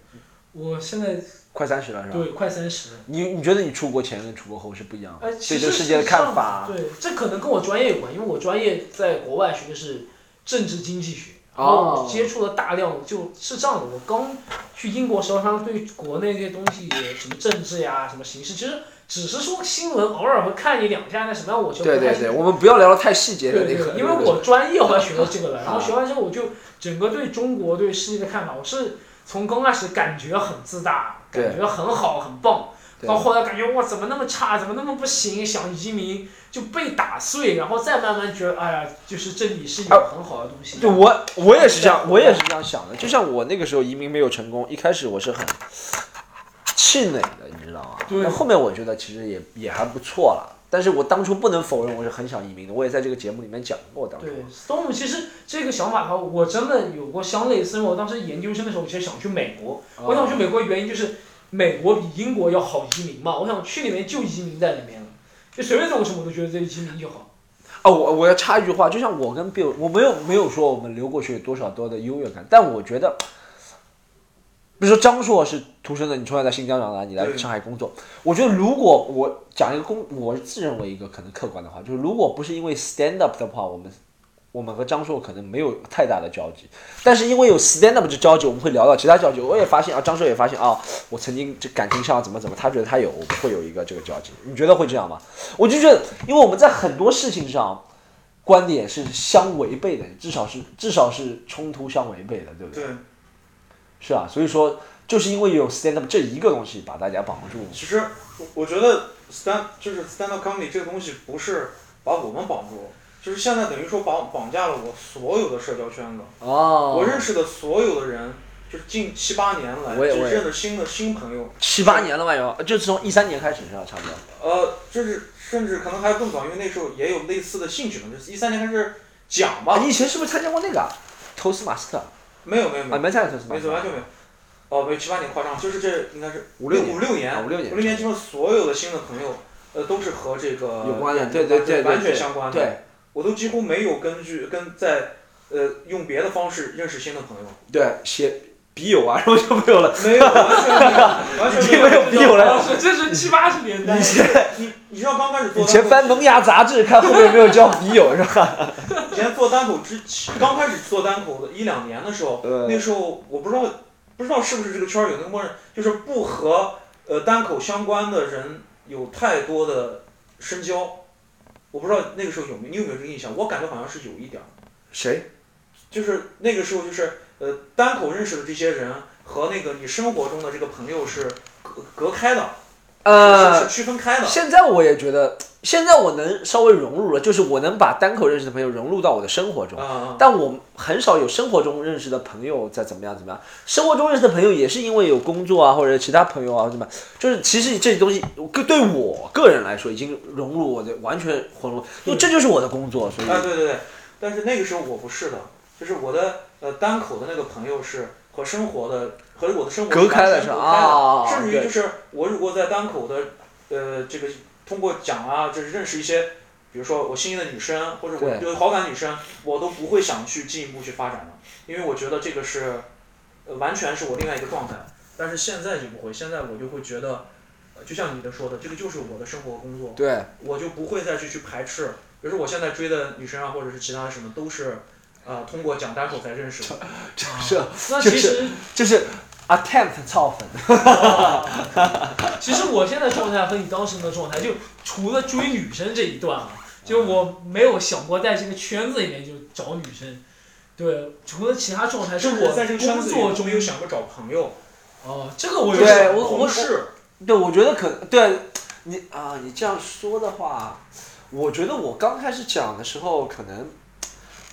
我现在
快三十了是吧？
对快三十了，
你你觉得你出国前跟出国后是不一样的，
哎，
对
其
这个
实
世界的
是这样
看法啊
对，这可能跟我专业有关，因为我专业在国外学的是政治经济学，然后
哦
我接触了大量，就是这样的。我刚去英国时候，他们对国内这些东西，什么政治呀，什么形势，其实只是说新闻偶尔会看一两下，那什么样我就不
对
太
对对，我们不要聊得太细节的那
对
个，
对，因为我专业后来学的这个
啊
了，然后学完之后我就整个对中国对世界的看法，我是从刚开始感觉很自大，
对
感觉很好很棒，
对
到后来感觉哇，怎么那么差，怎么那么不行，想移民就被打碎，然后再慢慢觉得，哎呀，就是这里是有很好的东西。
啊
啊
就我我也是这样，我也是这样想的。就像我那个时候移民没有成功，一开始我是很气馁的，你知道吗？
对
但后面我觉得其实也也还不错了。但是我当初不能否认，我是很想移民的。我也在这个节目里面讲过，当初
对，Storm 其实这个想法的话，我真的有过相类似。因为我当时研究生的时候，其实想去美国。我想去
哦
美国的原因就是美国比英国要好移民嘛，我想去里面就移民在里面了，就随便做个什么我都觉得这移民就好。
哦，我我要插一句话，就像我跟 Bill，我没有没有说我们留过学有多少多的优越感，但我觉得，比如说张硕是出生的，你从小在新疆长大，你来
对
上海工作，我觉得如果我讲一个公，我自认为一个可能客观的话，就是如果不是因为 stand up 的话，我们我们和张硕可能没有太大的交集，但是因为有 stand up 这交集，我们会聊到其他交集。我也发现啊，张硕也发现啊，我曾经这感情上怎么怎么，他觉得他有，我们会有一个这个交集。你觉得会这样吗？我就觉得，因为我们在很多事情上观点是相违背的，至少是至少是冲突相违背的，对不对？
对，
是啊，所以说就是因为有 stand up 这一个东西把大家绑住。
其实我我觉得 stand 就是 stand up comedy 这个东西不是把我们绑住，就是现在等于说绑绑架了我所有的社交圈子，
哦
我认识的所有的人，就是近七八年来，
我也
就
我也
认识新的新朋友，
七八年了吧，有，就是从一三年开始是吧，差不多。
呃，就是甚至可能还更早，因为那时候也有类似的兴趣嘛，就是一三年开始讲
啊，
吧
你，以前是不是参加过那个啊投斯马斯特啊？
没有没有没有，
没参加投斯马
没
斯特
错，完全没有。哦，没有七八年夸张，就是这应该是
五六年
五六年
啊五六年
五六年，基本上所有的新的朋友，呃，都是和这个
有关的，对对对对，
完全
对
相关的。
对
我都几乎没有根据跟在呃用别的方式认识新的朋友，
对，写笔友啊，然后就没有了。
没有，完全啊没有，完全
没有笔友了
当时这啊是七八十年代
以，前
你你知道刚开始做
<laughs> 以前
单
翻《
口，
萌芽》杂志，看后面有没有交笔友是吧？
以前做单口之前，刚开始做单口的一两年的时候，
<laughs> 呃
那时候我不知道不知道是不是这个圈儿有那个默认，就是不和呃单口相关的人有太多的深交，我不知道那个时候有没有你有没有这个印象，我感觉好像是有一点儿。
谁？
就是那个时候，就是呃，单口认识的这些人和那个你生活中的这个朋友是隔隔开的，
呃
是，是区分开的。
现在我也觉得，现在我能稍微融入了，就是我能把单口认识的朋友融入到我的生活中。
啊、
但我很少有生活中认识的朋友在怎么样怎么样，生活中认识的朋友也是因为有工作啊或者其他朋友啊或者怎么样，就是其实这些东西我个对我个人来说已经融入我的完全混入，因为这就是我的工作，所以
啊，对对对。但是那个时候我不是的，就是我的呃单口的那个朋友是和生活的和我的生活
隔开的
的
是
是
吧
完全
啊，
隔开的甚至于
对
就是我如果在单口的呃这个通过讲啊，就是认识一些。比如说我心仪的女生，或者我
对
有好感的女生，我都不会想去进一步去发展的，因为我觉得这个是呃，完全是我另外一个状态。但是现在就不会，现在我就会觉得，呃就像你的说的，这个就是我的生活和工作，
对
我就不会再去去排斥。比如说我现在追的女生啊，或者是其他什么，都是，呃，通过讲单口才认识的。
是
那
就
其
是
实
<laughs>
就是 attempt 造粉，
其实我现在状态和你当时的状态，就除了追女生这一段啊，
嗯
就我没有想过在这个圈子里面就找女生。对，除了其他状态，
但是
我
在这个圈
工
子
作
里嗯
中
没有想过找朋友，
哦，这个我有
对
想
我
同事，
对，我觉得可对你啊，你这样说的话，我觉得我刚开始讲的时候可能。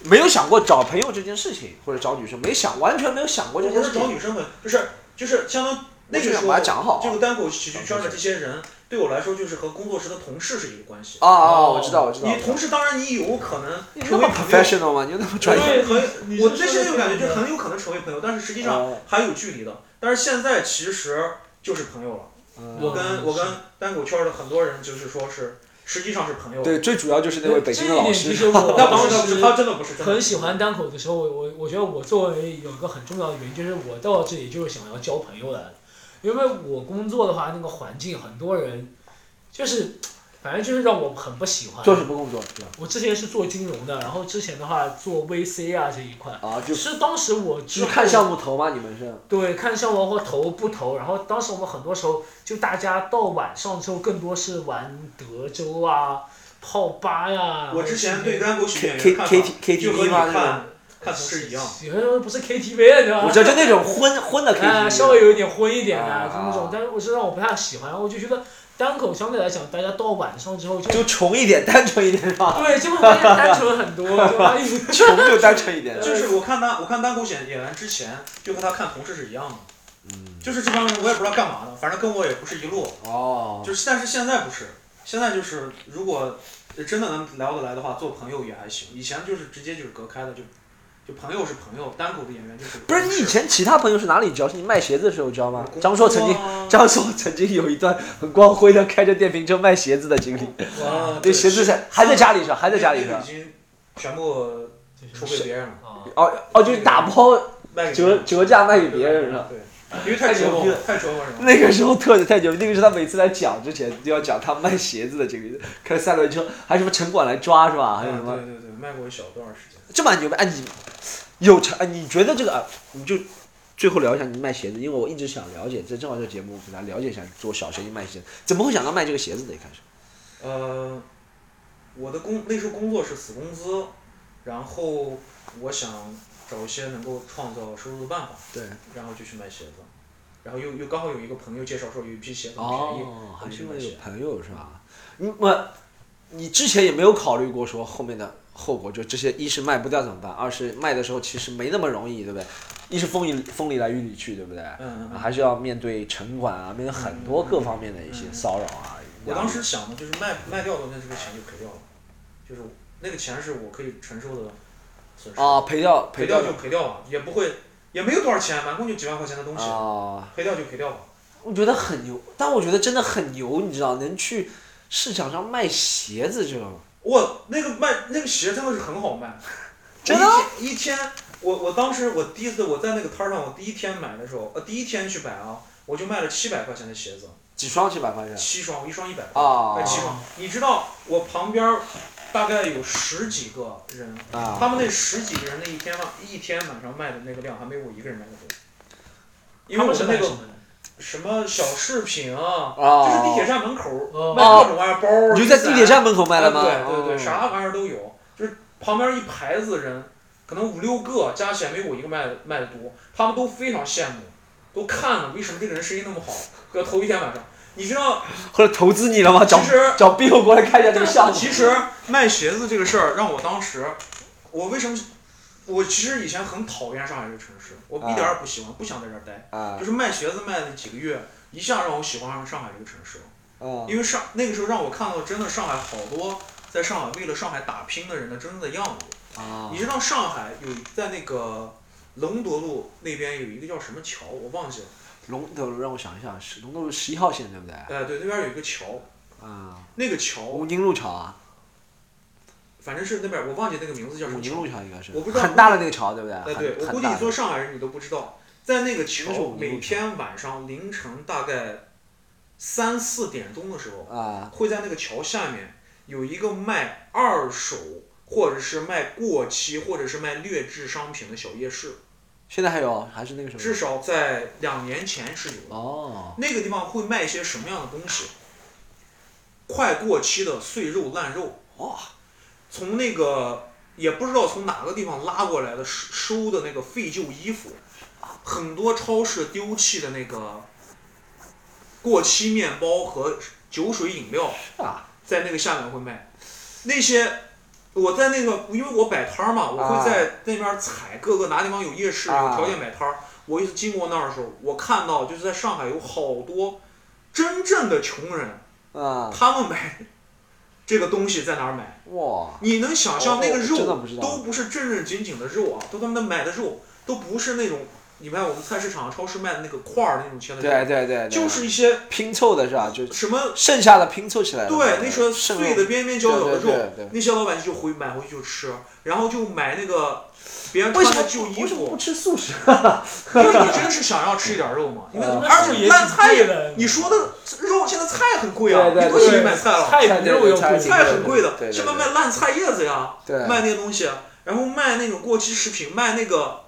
没有想过找朋友这件事情，或者找女生，没想，完全没有想过
我
这
不
件
是
事
找
情。
女生的，就是就是相当那个
我就
时
想
候
把它讲好啊
这个单口喜剧圈的这些人，对我来说就是和工作室的同事是一个关系。
哦哦，
哦
我知道，我知道。
你同事当然你有可能
你
成
那
为
么
朋友，
professional 吗？你那么专业？
对，
对
很
你
我
是
最
说
近
的
有感觉
对
就是很有可能成为朋友，但是实际上
哦
还有距离的。但是现在其实就是朋友了。我
啊哦
嗯
跟我跟单口圈的很多人就是说是实际上是朋友。
对，最主要就是那位北京的老
这一点其
师。<laughs>
实我
那不
当
是，那不是，他
时
真的不是。真的
很喜欢单口的时候，我我我觉得我作为有一个很重要的原因，就是我到这里就是想要交朋友来的，因为我工作的话，那个环境很多人就是，反正就是让我很不喜欢。
做什么工作？
我之前是做金融的，然后之前的话做 VC 啊这一块，
啊，就
就是当时我之
就
后
看项目投吗？你们是？
对看项目或投不投，然后当时我们很多时候就大家到晚上之后更多是玩德州啊、泡吧呀、
我之前对单口喜剧演员
K
的看
K T
法
K T
就和
V
你
吗？
看看同事一样。
有的时候不是 KTV 了，你知道吗？
我知道就那种昏昏的 K
哎，
T，
稍微有一点昏一点的、
啊
就那种，但是我是让我不太喜欢，我就觉得单口相对来讲，大家到晚上之后就
就穷一点，单纯一点是吧？ <laughs>
对，就会发现单纯很多，就发现
穷就单纯一点。
就是我看他，我看单口演演员之前，就和他看同事是一样的，
嗯，
就是这帮人我也不知道干嘛的，反正跟我也不是一路。
哦，
就是但是现在不是，现在就是如果呃真的能聊得来的话，做朋友也还行。以前就是直接就是隔开的，就就朋友是朋友，单口的演员就是
不是你以前其他朋友是哪里交？是你卖鞋子的时候交吗？张硕曾经，
经
张硕曾经有一段很光辉的开着电瓶车卖鞋子的经历。
啊，
那鞋子哦是还在家里是吧？还在家里是
那个
吧
已？经全部出给别人了，
啊，
哦哦，就是打包
卖给别
折
人
折价卖给别人是吧？
对，因为太折磨了，太折磨人了。
那个时候特太牛，那个是他每次来讲之前就要讲他卖鞋子的经历，开着三轮车，还有什么城管来抓是啊吧？还有什么
嗯对对对，卖过一小段时间。
这蛮牛掰？哎，你有成？哎，你觉得这个啊？你就最后聊一下你卖鞋子，因为我一直想了解，这正好这个节目给大家了解一下，做小生意卖鞋子，怎么会想到卖这个鞋子的？一开始，
呃，我的工那时候工作是死工资，然后我想找一些能够创造收入的办法，
对，
然后就去卖鞋子，然后又又刚好有一个朋友介绍说有一批鞋子很便宜，
哦，
我
还
就是去
因
卖
为有
鞋。
朋友是
啊
吧？你我，嗯你之前也没有考虑过说后面的后果，就这些，一是卖不掉怎么办，二是卖的时候其实没那么容易，对不对？一是风里风里来雨里去，对不对？
嗯嗯
啊
嗯。
还是要面对城管啊，面对很多各方面的一些骚扰啊。
嗯我当时想的就是卖卖掉的那这个钱就赔掉了，就是那个钱是我可以承受的损失，
啊，赔掉
赔
掉
掉就赔掉吧，也不会也没有多少钱，满共就几万块钱的东西，
啊，
赔掉就赔掉吧。
我觉得很牛，但我觉得真的很牛，你知道，能去市场上卖鞋子这种，
我那个卖那个鞋真的是很
<laughs>
好卖，
真的
我一天一天，我我当时我第一次我在那个摊儿上，我第一天买的时候，呃，第一天去买啊，我就卖了七百块钱的鞋子，
几双几百块钱
七双，我一双一百块，
啊
呃，七双。你知道我旁边儿大概有十几个人，
啊，
他们那十几个人那一天上一天晚上卖的那个量，还没我一个人卖的多。因为
他们
我们
是
那
卖什
个
么的？
什么小饰品啊，
啊，
就是地铁站门口儿卖
哦，
各种玩意儿包啊儿，
你就在
雨伞
地铁站门口卖了吗？
啊对对对，
哦
啥玩意儿都有，就是旁边一排子人，可能五六个加起来没我一个卖的卖的多，他们都非常羡慕，都看了为什么这个人生意那么好。要头一天晚上，你知道，
后来投资你了吗？找
其实
找 Bill 过来看一下这个项目。
其实卖鞋子这个事儿，让我当时，我为什么，我其实以前很讨厌上海这个城市，我一点儿也不喜欢，不想在这儿待。
啊
就是卖鞋子卖了几个月，一下让我喜欢上上海这个城市了。
啊
因为上那个时候让我看到真的上海好多在上海为了上海打拼的人的真正的样子。
啊
你知道上海有在那个龙德路那边有一个叫什么桥，我忘记了。
龙德路让我想一想，是龙德路十一号线对不对？
哎，对，那边有一个桥，
啊，
那个桥
武宁路桥啊，
反正是那边我忘记那个名字叫什
武
么
宁
桥
路。桥应该是，
我不知道
很大的那个桥对不对？
哎，对，
很
我估
很
计
大
你
的
做上海人你都不知道，在那个
应该是
桥
我们那
每
路桥
天晚上凌晨大概三四点钟的时候，
啊
会在那个桥下面有一个卖二手或者是卖过期或者是卖劣质商品的小夜市，
现在还有还是那个什
至
么？
少在两年前是有的。
哦，
那个地方会卖一些什么样的东西？快过期的碎肉烂肉，
哇，
从那个也不知道从哪个地方拉过来的收收的那个废旧衣服，很多超市丢弃的那个过期面包和酒水饮料，
是啊，
在那个下面会卖。那些我在那个，因为我摆摊儿嘛，我会在那边采各个哪地方有夜市、
啊
有条件摆摊儿。我一次经过那儿的时候，我看到就是在上海有好多真正的穷人，
啊，
他们买这个东西在哪儿买？
哇，
你能想
哦
象那个
我
肉
真的不知道
都不是正正经经的肉啊，都他妈的买的肉都不是那种你看我们菜市场、啊超市卖的那个块儿那种切的
对啊
肉，
对对，对
就是一些
拼凑的是吧？就
什么
剩下的拼凑起来的。
对，那些
剩
碎的边边角角的
对对
肉
对对，
那些老百姓就回买回去就吃，然后就买那个别人
为
穿
什么
的旧衣
为什么不
服，
吃素食？
因为你真是想要吃一点
<laughs>
肉嘛。因为
啊
而且
也
烂
挺贵
菜，
的，
你说的肉现在菜很贵啊，
对对
你不
对
许买菜了，
菜比肉要
菜
贵，
对
菜很贵
对对对
的，现在卖烂菜叶子呀，
对
卖那些东西，啊然后卖那种过期食品，卖那个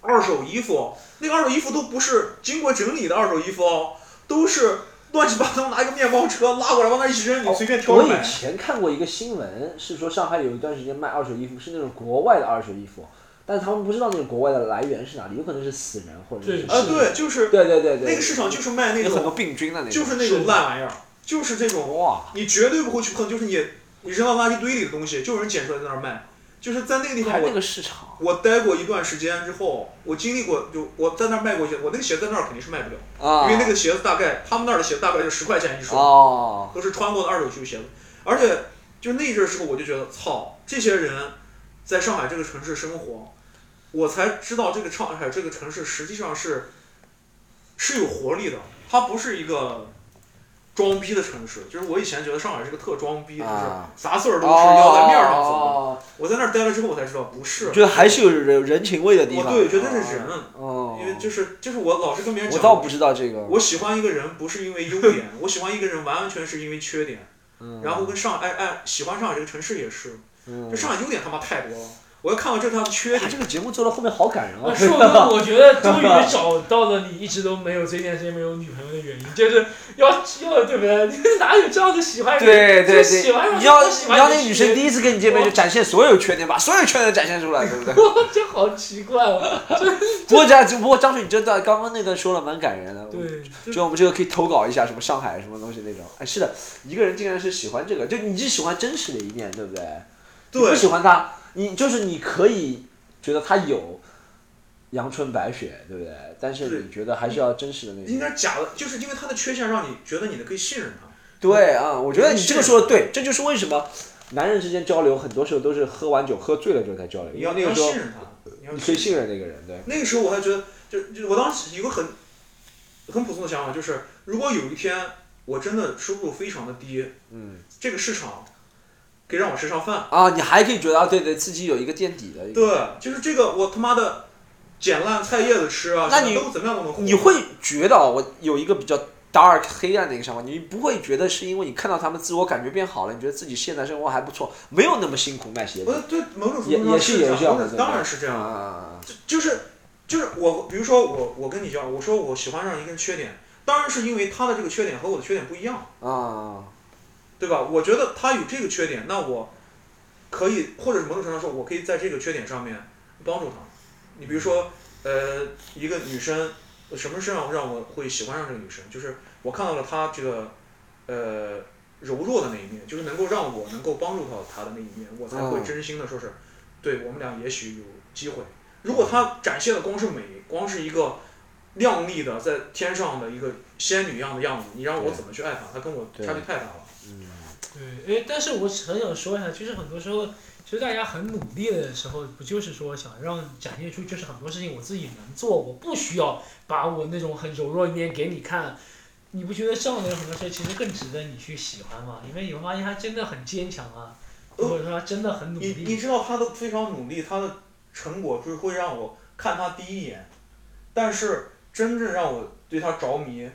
二手衣服，那个二手衣服都不是经过整理的二手衣服哦，都是乱七八糟拿一个面包车拉过来往那一扔，你随便挑
我
着买
以。前看过一个新闻，是说上海有一段时间卖二手衣服，是那种国外的二手衣服，但是他们不知道那个国外的来源是哪里，有可能是死人或者是
对
啊，对，就是
对对对对，
那个市场就是卖那
有很多
种，
病菌的那个，
就是那种烂玩意儿，就是这种
哇，
你绝对不会去碰，就是你你扔到垃圾堆里的东西，就有人捡出来在那儿卖。就是在那个地
还
方
那
我，
个市场，
我待过一段时间之后，我经历过，就我在那儿卖过一些，我那个鞋在那儿肯定是卖不了，
啊，
因为那个鞋子大概他们那儿的鞋大概就十块钱一双，
哦，
都是穿过的二手球鞋子。而且就那一阵儿时候，我就觉得操，这些人在上海这个城市生活，我才知道这个上海这个城市实际上是是有活力的，它不是一个装逼的城市。就是我以前觉得上海是个特装逼，就是
啊，
啥事儿都是要在面儿上走。
哦，
我在那儿待了之后，我才知道不是，
觉得还是有人人情味的地
我
方，
哦对觉得是人，啊
哦，
因为就是就是我老是跟别人
我
讲，
倒不知道这个，
我喜欢一个人不是因为优点，我喜欢一个人完完全是因为缺点。
嗯
然后跟上海哎哎，喜欢上海这个城市也是，
嗯
这，上海优点他妈太多了。我要看到这是他的缺
哇
点，
这个节目做到后面好感人啊
呃，硕哥，我觉得终于找到了你一直都没有这件事情没有女朋友的原因，就是要要对不对？哪有这样的喜欢人？
对对
就喜欢
对，
上
你要
就喜
你
欢
要
你
那女生第一次跟你见面就展现所有缺点，把所有缺点都展现出来，对不 <laughs> 对？
这好奇怪哦。
不过这样，不过张水，你真的刚刚那段说了蛮感人的。
对，
就我们这个可以投稿一下，什么上海什么东西那种。哎，是的，一个人竟然是喜欢这个，就你是喜欢真实的一面，对不对？你不
对
喜欢他，你就是你可以觉得他有阳春白雪，对不对？但是
对
你觉得还是要真实的那
应该
种。
是假的，就是因为他的缺陷让你觉得你的可以信任他。
对啊，我觉得你这个说的对，这就是为什么男人之间交流很多时候都是喝完酒喝醉了之后才交流，因
你
为
要
那
你要
个时候
信任他，你要
你可以信
任。
任那个人，对。
那个时候我还觉得，就就我当时有个很很普通的想法，就是如果有一天我真的收入非常的低，
嗯
这个市场可以让我吃上饭。
啊，你还可以觉得啊，对对，自己有一个垫底的一个。
对，就是这个我他妈的捡烂菜叶子吃啊，
那
什么
你
都怎么样都能活。
你会觉得我有一个比较 dark 黑暗的一个想法，你不会觉得是因为你看到他们自我感觉变好了，你觉得自己现在生活还不错，没有那么辛苦卖鞋
我
子。
觉得对某种程
也
度上
也
是
是
这
有
样，
这样
我
的
觉得当然是这
啊
样。
啊啊！
就就是就是我，比如说我我跟你讲，我说我喜欢上一个人缺点，当然是因为他的这个缺点和我的缺点不一样，
啊啊
对吧？我觉得他有这个缺点，那我可以或者是某种程度上说，我可以在这个缺点上面帮助他。你比如说，呃，一个女生，什么身上让我会喜欢上这个女生？就是我看到了她这个，呃，柔弱的那一面，就是能够让我能够帮助到她的那一面，我才会
嗯
真心的说是，对我们俩也许有机
哦
会。如果她展现的光是美，光是一个靓丽的在天上的一个仙女一样的样子，你让我
对
怎么去爱她？她跟我
对
差距太大了。
嗯
对，哎，但是我很想说一下，就是很多时候，其实大家很努力的时候，不就是说想让展现出，就是很多事情我自己能做，我不需要把我那种很柔弱一面给你看。你不觉得这样的人很多时候其实更值得你去喜欢吗？因为你会发现他真的很坚强啊，
呃
或者说他真的很努
你你
力。
知道他的非常努力，他的成果就是会让我看他第一眼，但是真正让我对他着迷，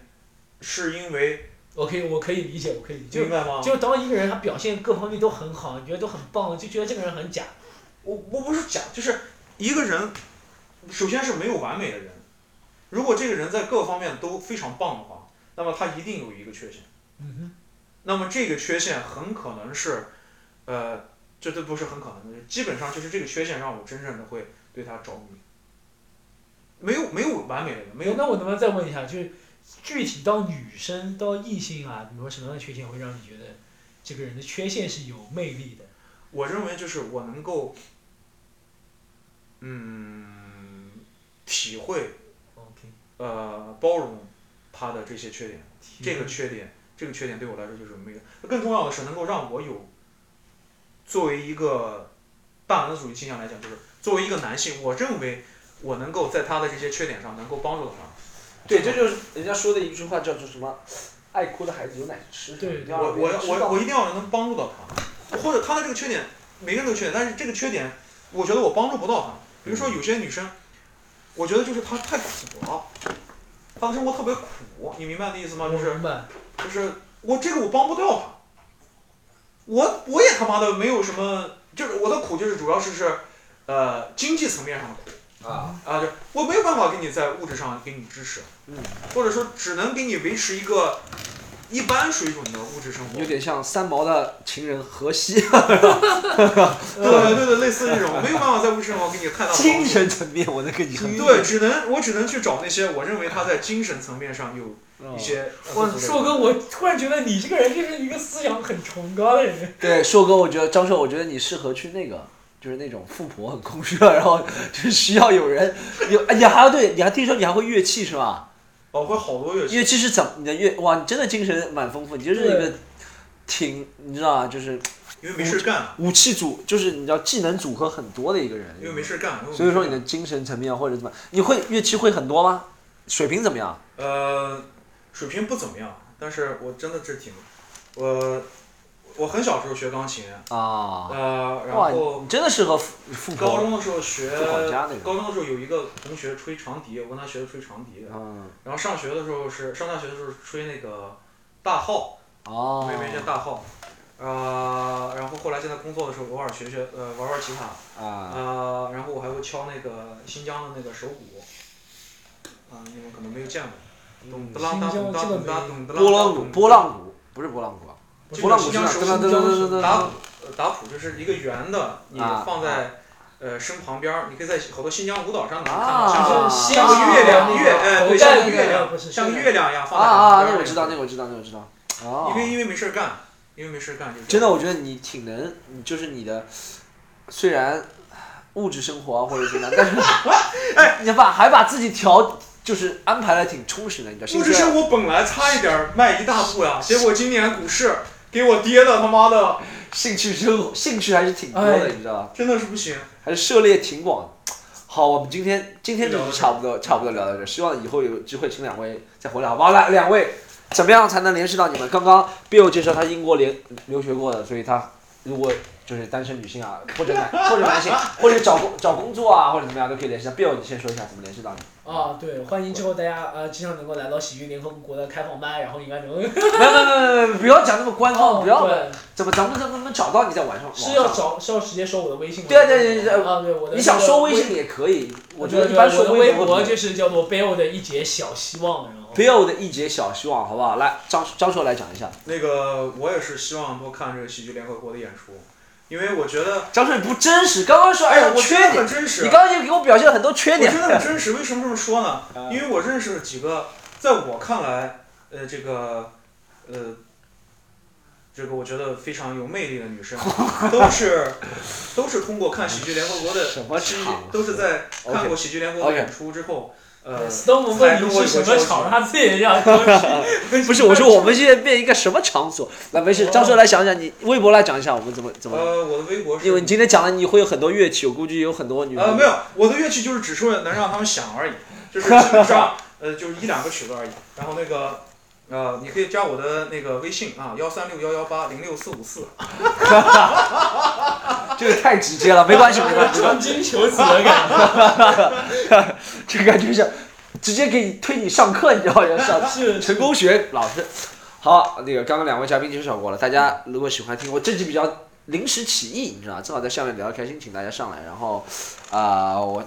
是因为
OK，我可以理解，我可以理解
明。白吗？
就就当一个人他表现各方面都很好，你觉得都很棒，就觉得这个人很假。
我我不是假，就是一个人，首先是没有完美的人，如果这个人在各方面都非常棒的话，那么他一定有一个缺陷，
嗯
那么这个缺陷很可能是，呃，这都不是很可能的，基本上就是这个缺陷让我真正的会对他着迷。没有没有完美的人，没有
哼，那我能不能再问一下，就是具体到女生到异性啊，比如说什么样的缺陷会让你觉得这个人的缺陷是有魅力的？
我认为就是我能够，嗯，体会
OK，
呃包容他的这些缺点，
嗯
这个
体
缺点，这个缺点对我来说就是没有。更重要的是能够让我有，作为一个大男子主义倾向来讲，就是作为一个男性，我认为我能够在他的这些缺点上能够帮助到他。
对，这就是人家说的一句话，叫做什么？爱哭的孩子有奶吃。
对
一定要
我
让别
我
人
要
知道
我我一定要能帮助到他，或者他的这个缺点，每个人都有缺点，但是这个缺点，我觉得我帮助不到他。比如
嗯
说有些女生，我觉得就是她太苦了，她的生活特别苦，你明白那意思吗？就
我
嗯
是
明白，
就是我这个我帮不掉她，我我也他妈的没有什么，就是我的苦就是主要是是，呃经济层面上的苦
啊，
啊，就我没有办法给你在物质上给你支持，
嗯
或者说只能给你维持一个一般水准的物质生活
有。点像三毛的情人荷
<laughs>
西，
对对对，类似这
<laughs>
种，没有办法在物质生活给你看到帮助
精神层面我能跟你很
对，只能我只能去找那些我认为他在精神层面上有一些。
我硕哥，我突然觉得你这个人就是一个思想很崇高的人。
对，硕哥，我觉得张硕，我觉得你适合去那个，就是那种富婆很空虚了，啊然后就是需要有人有，哎，你还要对，你还听说你还会乐器是吧？
哦，会好多乐器。
乐器是怎么？你的乐哇，你真的精神蛮丰富，你就是一个挺，你知道啊，就是
因为没事干，
武器组，就是你知道技能组合很多的一个人。
因为没事干。因为没事
所以说你的
干
精神层面啊或者怎么，你会乐器会很多吗？水平怎么样？
呃，水平不怎么样，但是我真的是挺，我我很小时候学钢琴，
啊，
呃，然
哇，
后
你真的适合富富
高
婆。
中的时候学，
不管家那个
高中的时候有一个同学吹长笛，我跟他学吹长笛的。
嗯，
然后上学的时候是上大学的时候吹那个大号，
哦，
妹妹叫大号。呃，然后后来现在工作的时候偶尔学学，呃，玩玩吉他。
啊，
呃，然后我还会敲那个新疆的那个手鼓。啊、你们可能没有见过。咚哒啷哒咚哒咚哒咚哒啷哒
波浪鼓，波浪鼓不是波浪鼓啊，
这
波
个
浪鼓
新
是吧
疆
噔
手
噔
鼓
噔噔噔噔
打
噔
鼓，呃打谱就是一个圆的，你
啊
放在呃身旁边儿，你可以在好多新疆舞蹈上能看
啊
到，像
就是
啊
西
像个月亮，
啊
月呃对，
头
像
戴
个
那
月亮，
不是
像个
是
月亮一样
啊
放在
啊，
旁边
那
儿
我知道，那
个。
个我知道，那个我知道。哦
因，为因为没事儿干，因为没事儿干就
真的，我觉得你挺能，你就是你的，虽然物质生活啊或者怎么样，但
<laughs>
是哎，你把还把自己调就是安排的挺充实的，你知道？
物质
呃是
生活本来差一点儿迈一大步呀，结果今年股市给我跌的他妈的
兴趣生活兴趣还是挺多的，
哎
你知道吧？
真的是不行。
还是涉猎挺广。好，我们今天今天就是差不多差不多聊到这，希望以后有机会请两位再回来，好不好？来，两位怎么样才能联系到你们？刚刚 Bill 介绍他英国留留学过的，所以他如果就是单身女性啊，或者
<laughs>
男或者男性，或者找工找工作啊，或者怎么样都可以联系到 Bill。你先说一下怎么联系到你？
啊，对，欢迎之后大家呃，经常能够来到喜剧联合国的开放班，然后应该能
没有没有没有没有，不要讲那么官方，不要
<laughs> 对，
怎么咱们怎么能找到你在晚上？
哦是要
网上
找是要直接说我的微信吗？
对对对对对
啊，对我的
你想说微
微
信也可以，我觉
对
得
对
一般
我
说
的微
博
博就是叫做 Bill 的一节小希望，然后
Bill 的一节小希望，好不好？来，张张硕来讲一下。
那个我也是希望多看这个喜剧联合国的演出，因为我觉得
张顺不真实，刚刚说哎呀
我
缺
觉得
点，
很真实。啊
你刚刚就给我表现了很多缺点
我。真的很真实。为啊什么这么说呢？
嗯
因为我认识了几个，在我看来，呃，这个，呃，这个我觉得非常有魅力的女
<laughs>
生，都是都是通过看喜剧联合国的
什么
是
场合
都是在看过喜剧联合国
OK
的演出之后，呃，
Stone 蒙问你是什么场，他自己也想说
不是，我说我们现在变一个什么场所？来，没事，张顺来想想，你微博来讲一下我们怎么怎么。
呃，我的微博是
因为你今天讲的你会有很多乐器，我估计有很多女。
呃，没。有，我的乐器就是只是为了能让他们响而已，就是基本
<laughs>
上呃就是一两个曲子而已。然后那个呃，你可以加我的那个微信啊，幺三六幺幺八零六四五四。
这个太直接了，没关系，没关系，
重金求子的感觉，
这感觉像直接给你推你上课，你知道吗？上
是
成功学老师。好，那个刚刚两位嘉宾介绍过了，大家如果喜欢听我这期比较临时起意，你知道吧，正好在下面聊得开心，请大家上来。然后，啊、我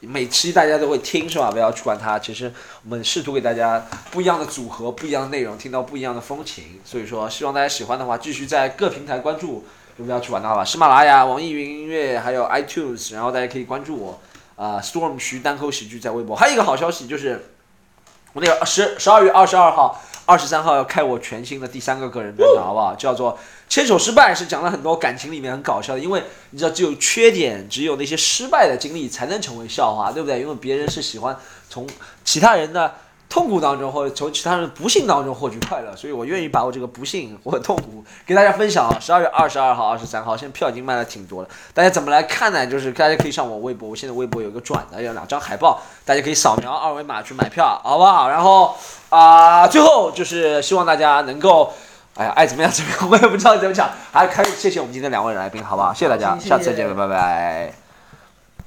每期大家都会听是吧？不要去管它。其实我们试图给大家不一样的组合、不一样的内容，听到不一样的风情。所以说，希望大家喜欢的话，继续在各平台关注。就不要去管它吧，喜马拉雅、网易云音乐，还有 iTunes，然后大家可以关注我。啊、s t o r m 徐单口喜剧在微博。还有一个好消息就是，我那个十十二月二十二号、二十三号要开我全新的第三个个人专场，好不好？叫做《牵手失败》，是讲了很多感情里面很搞笑的，因为你知道，只有缺点，只有那些失败的经历才能成为笑话，对不对？因为别人是喜欢从其他人的。痛苦当中，或者从其他人的不幸当中获取快乐，所以我愿意把我这个不幸或痛苦给大家分享啊。十二月二十二号、二十三号，现在票已经卖的挺多了，大家怎么来看呢？就是大家可以上我微博，我现在微博有个转的，有两张海报，大家可以扫描二维码去买票，好不好？然后啊、最后就是希望大家能够，哎呀，爱怎么样怎么样，我也不知道怎么讲。还还有谢谢我们今天两位来宾，好不好？谢谢大家，
谢谢
下次再见，拜拜。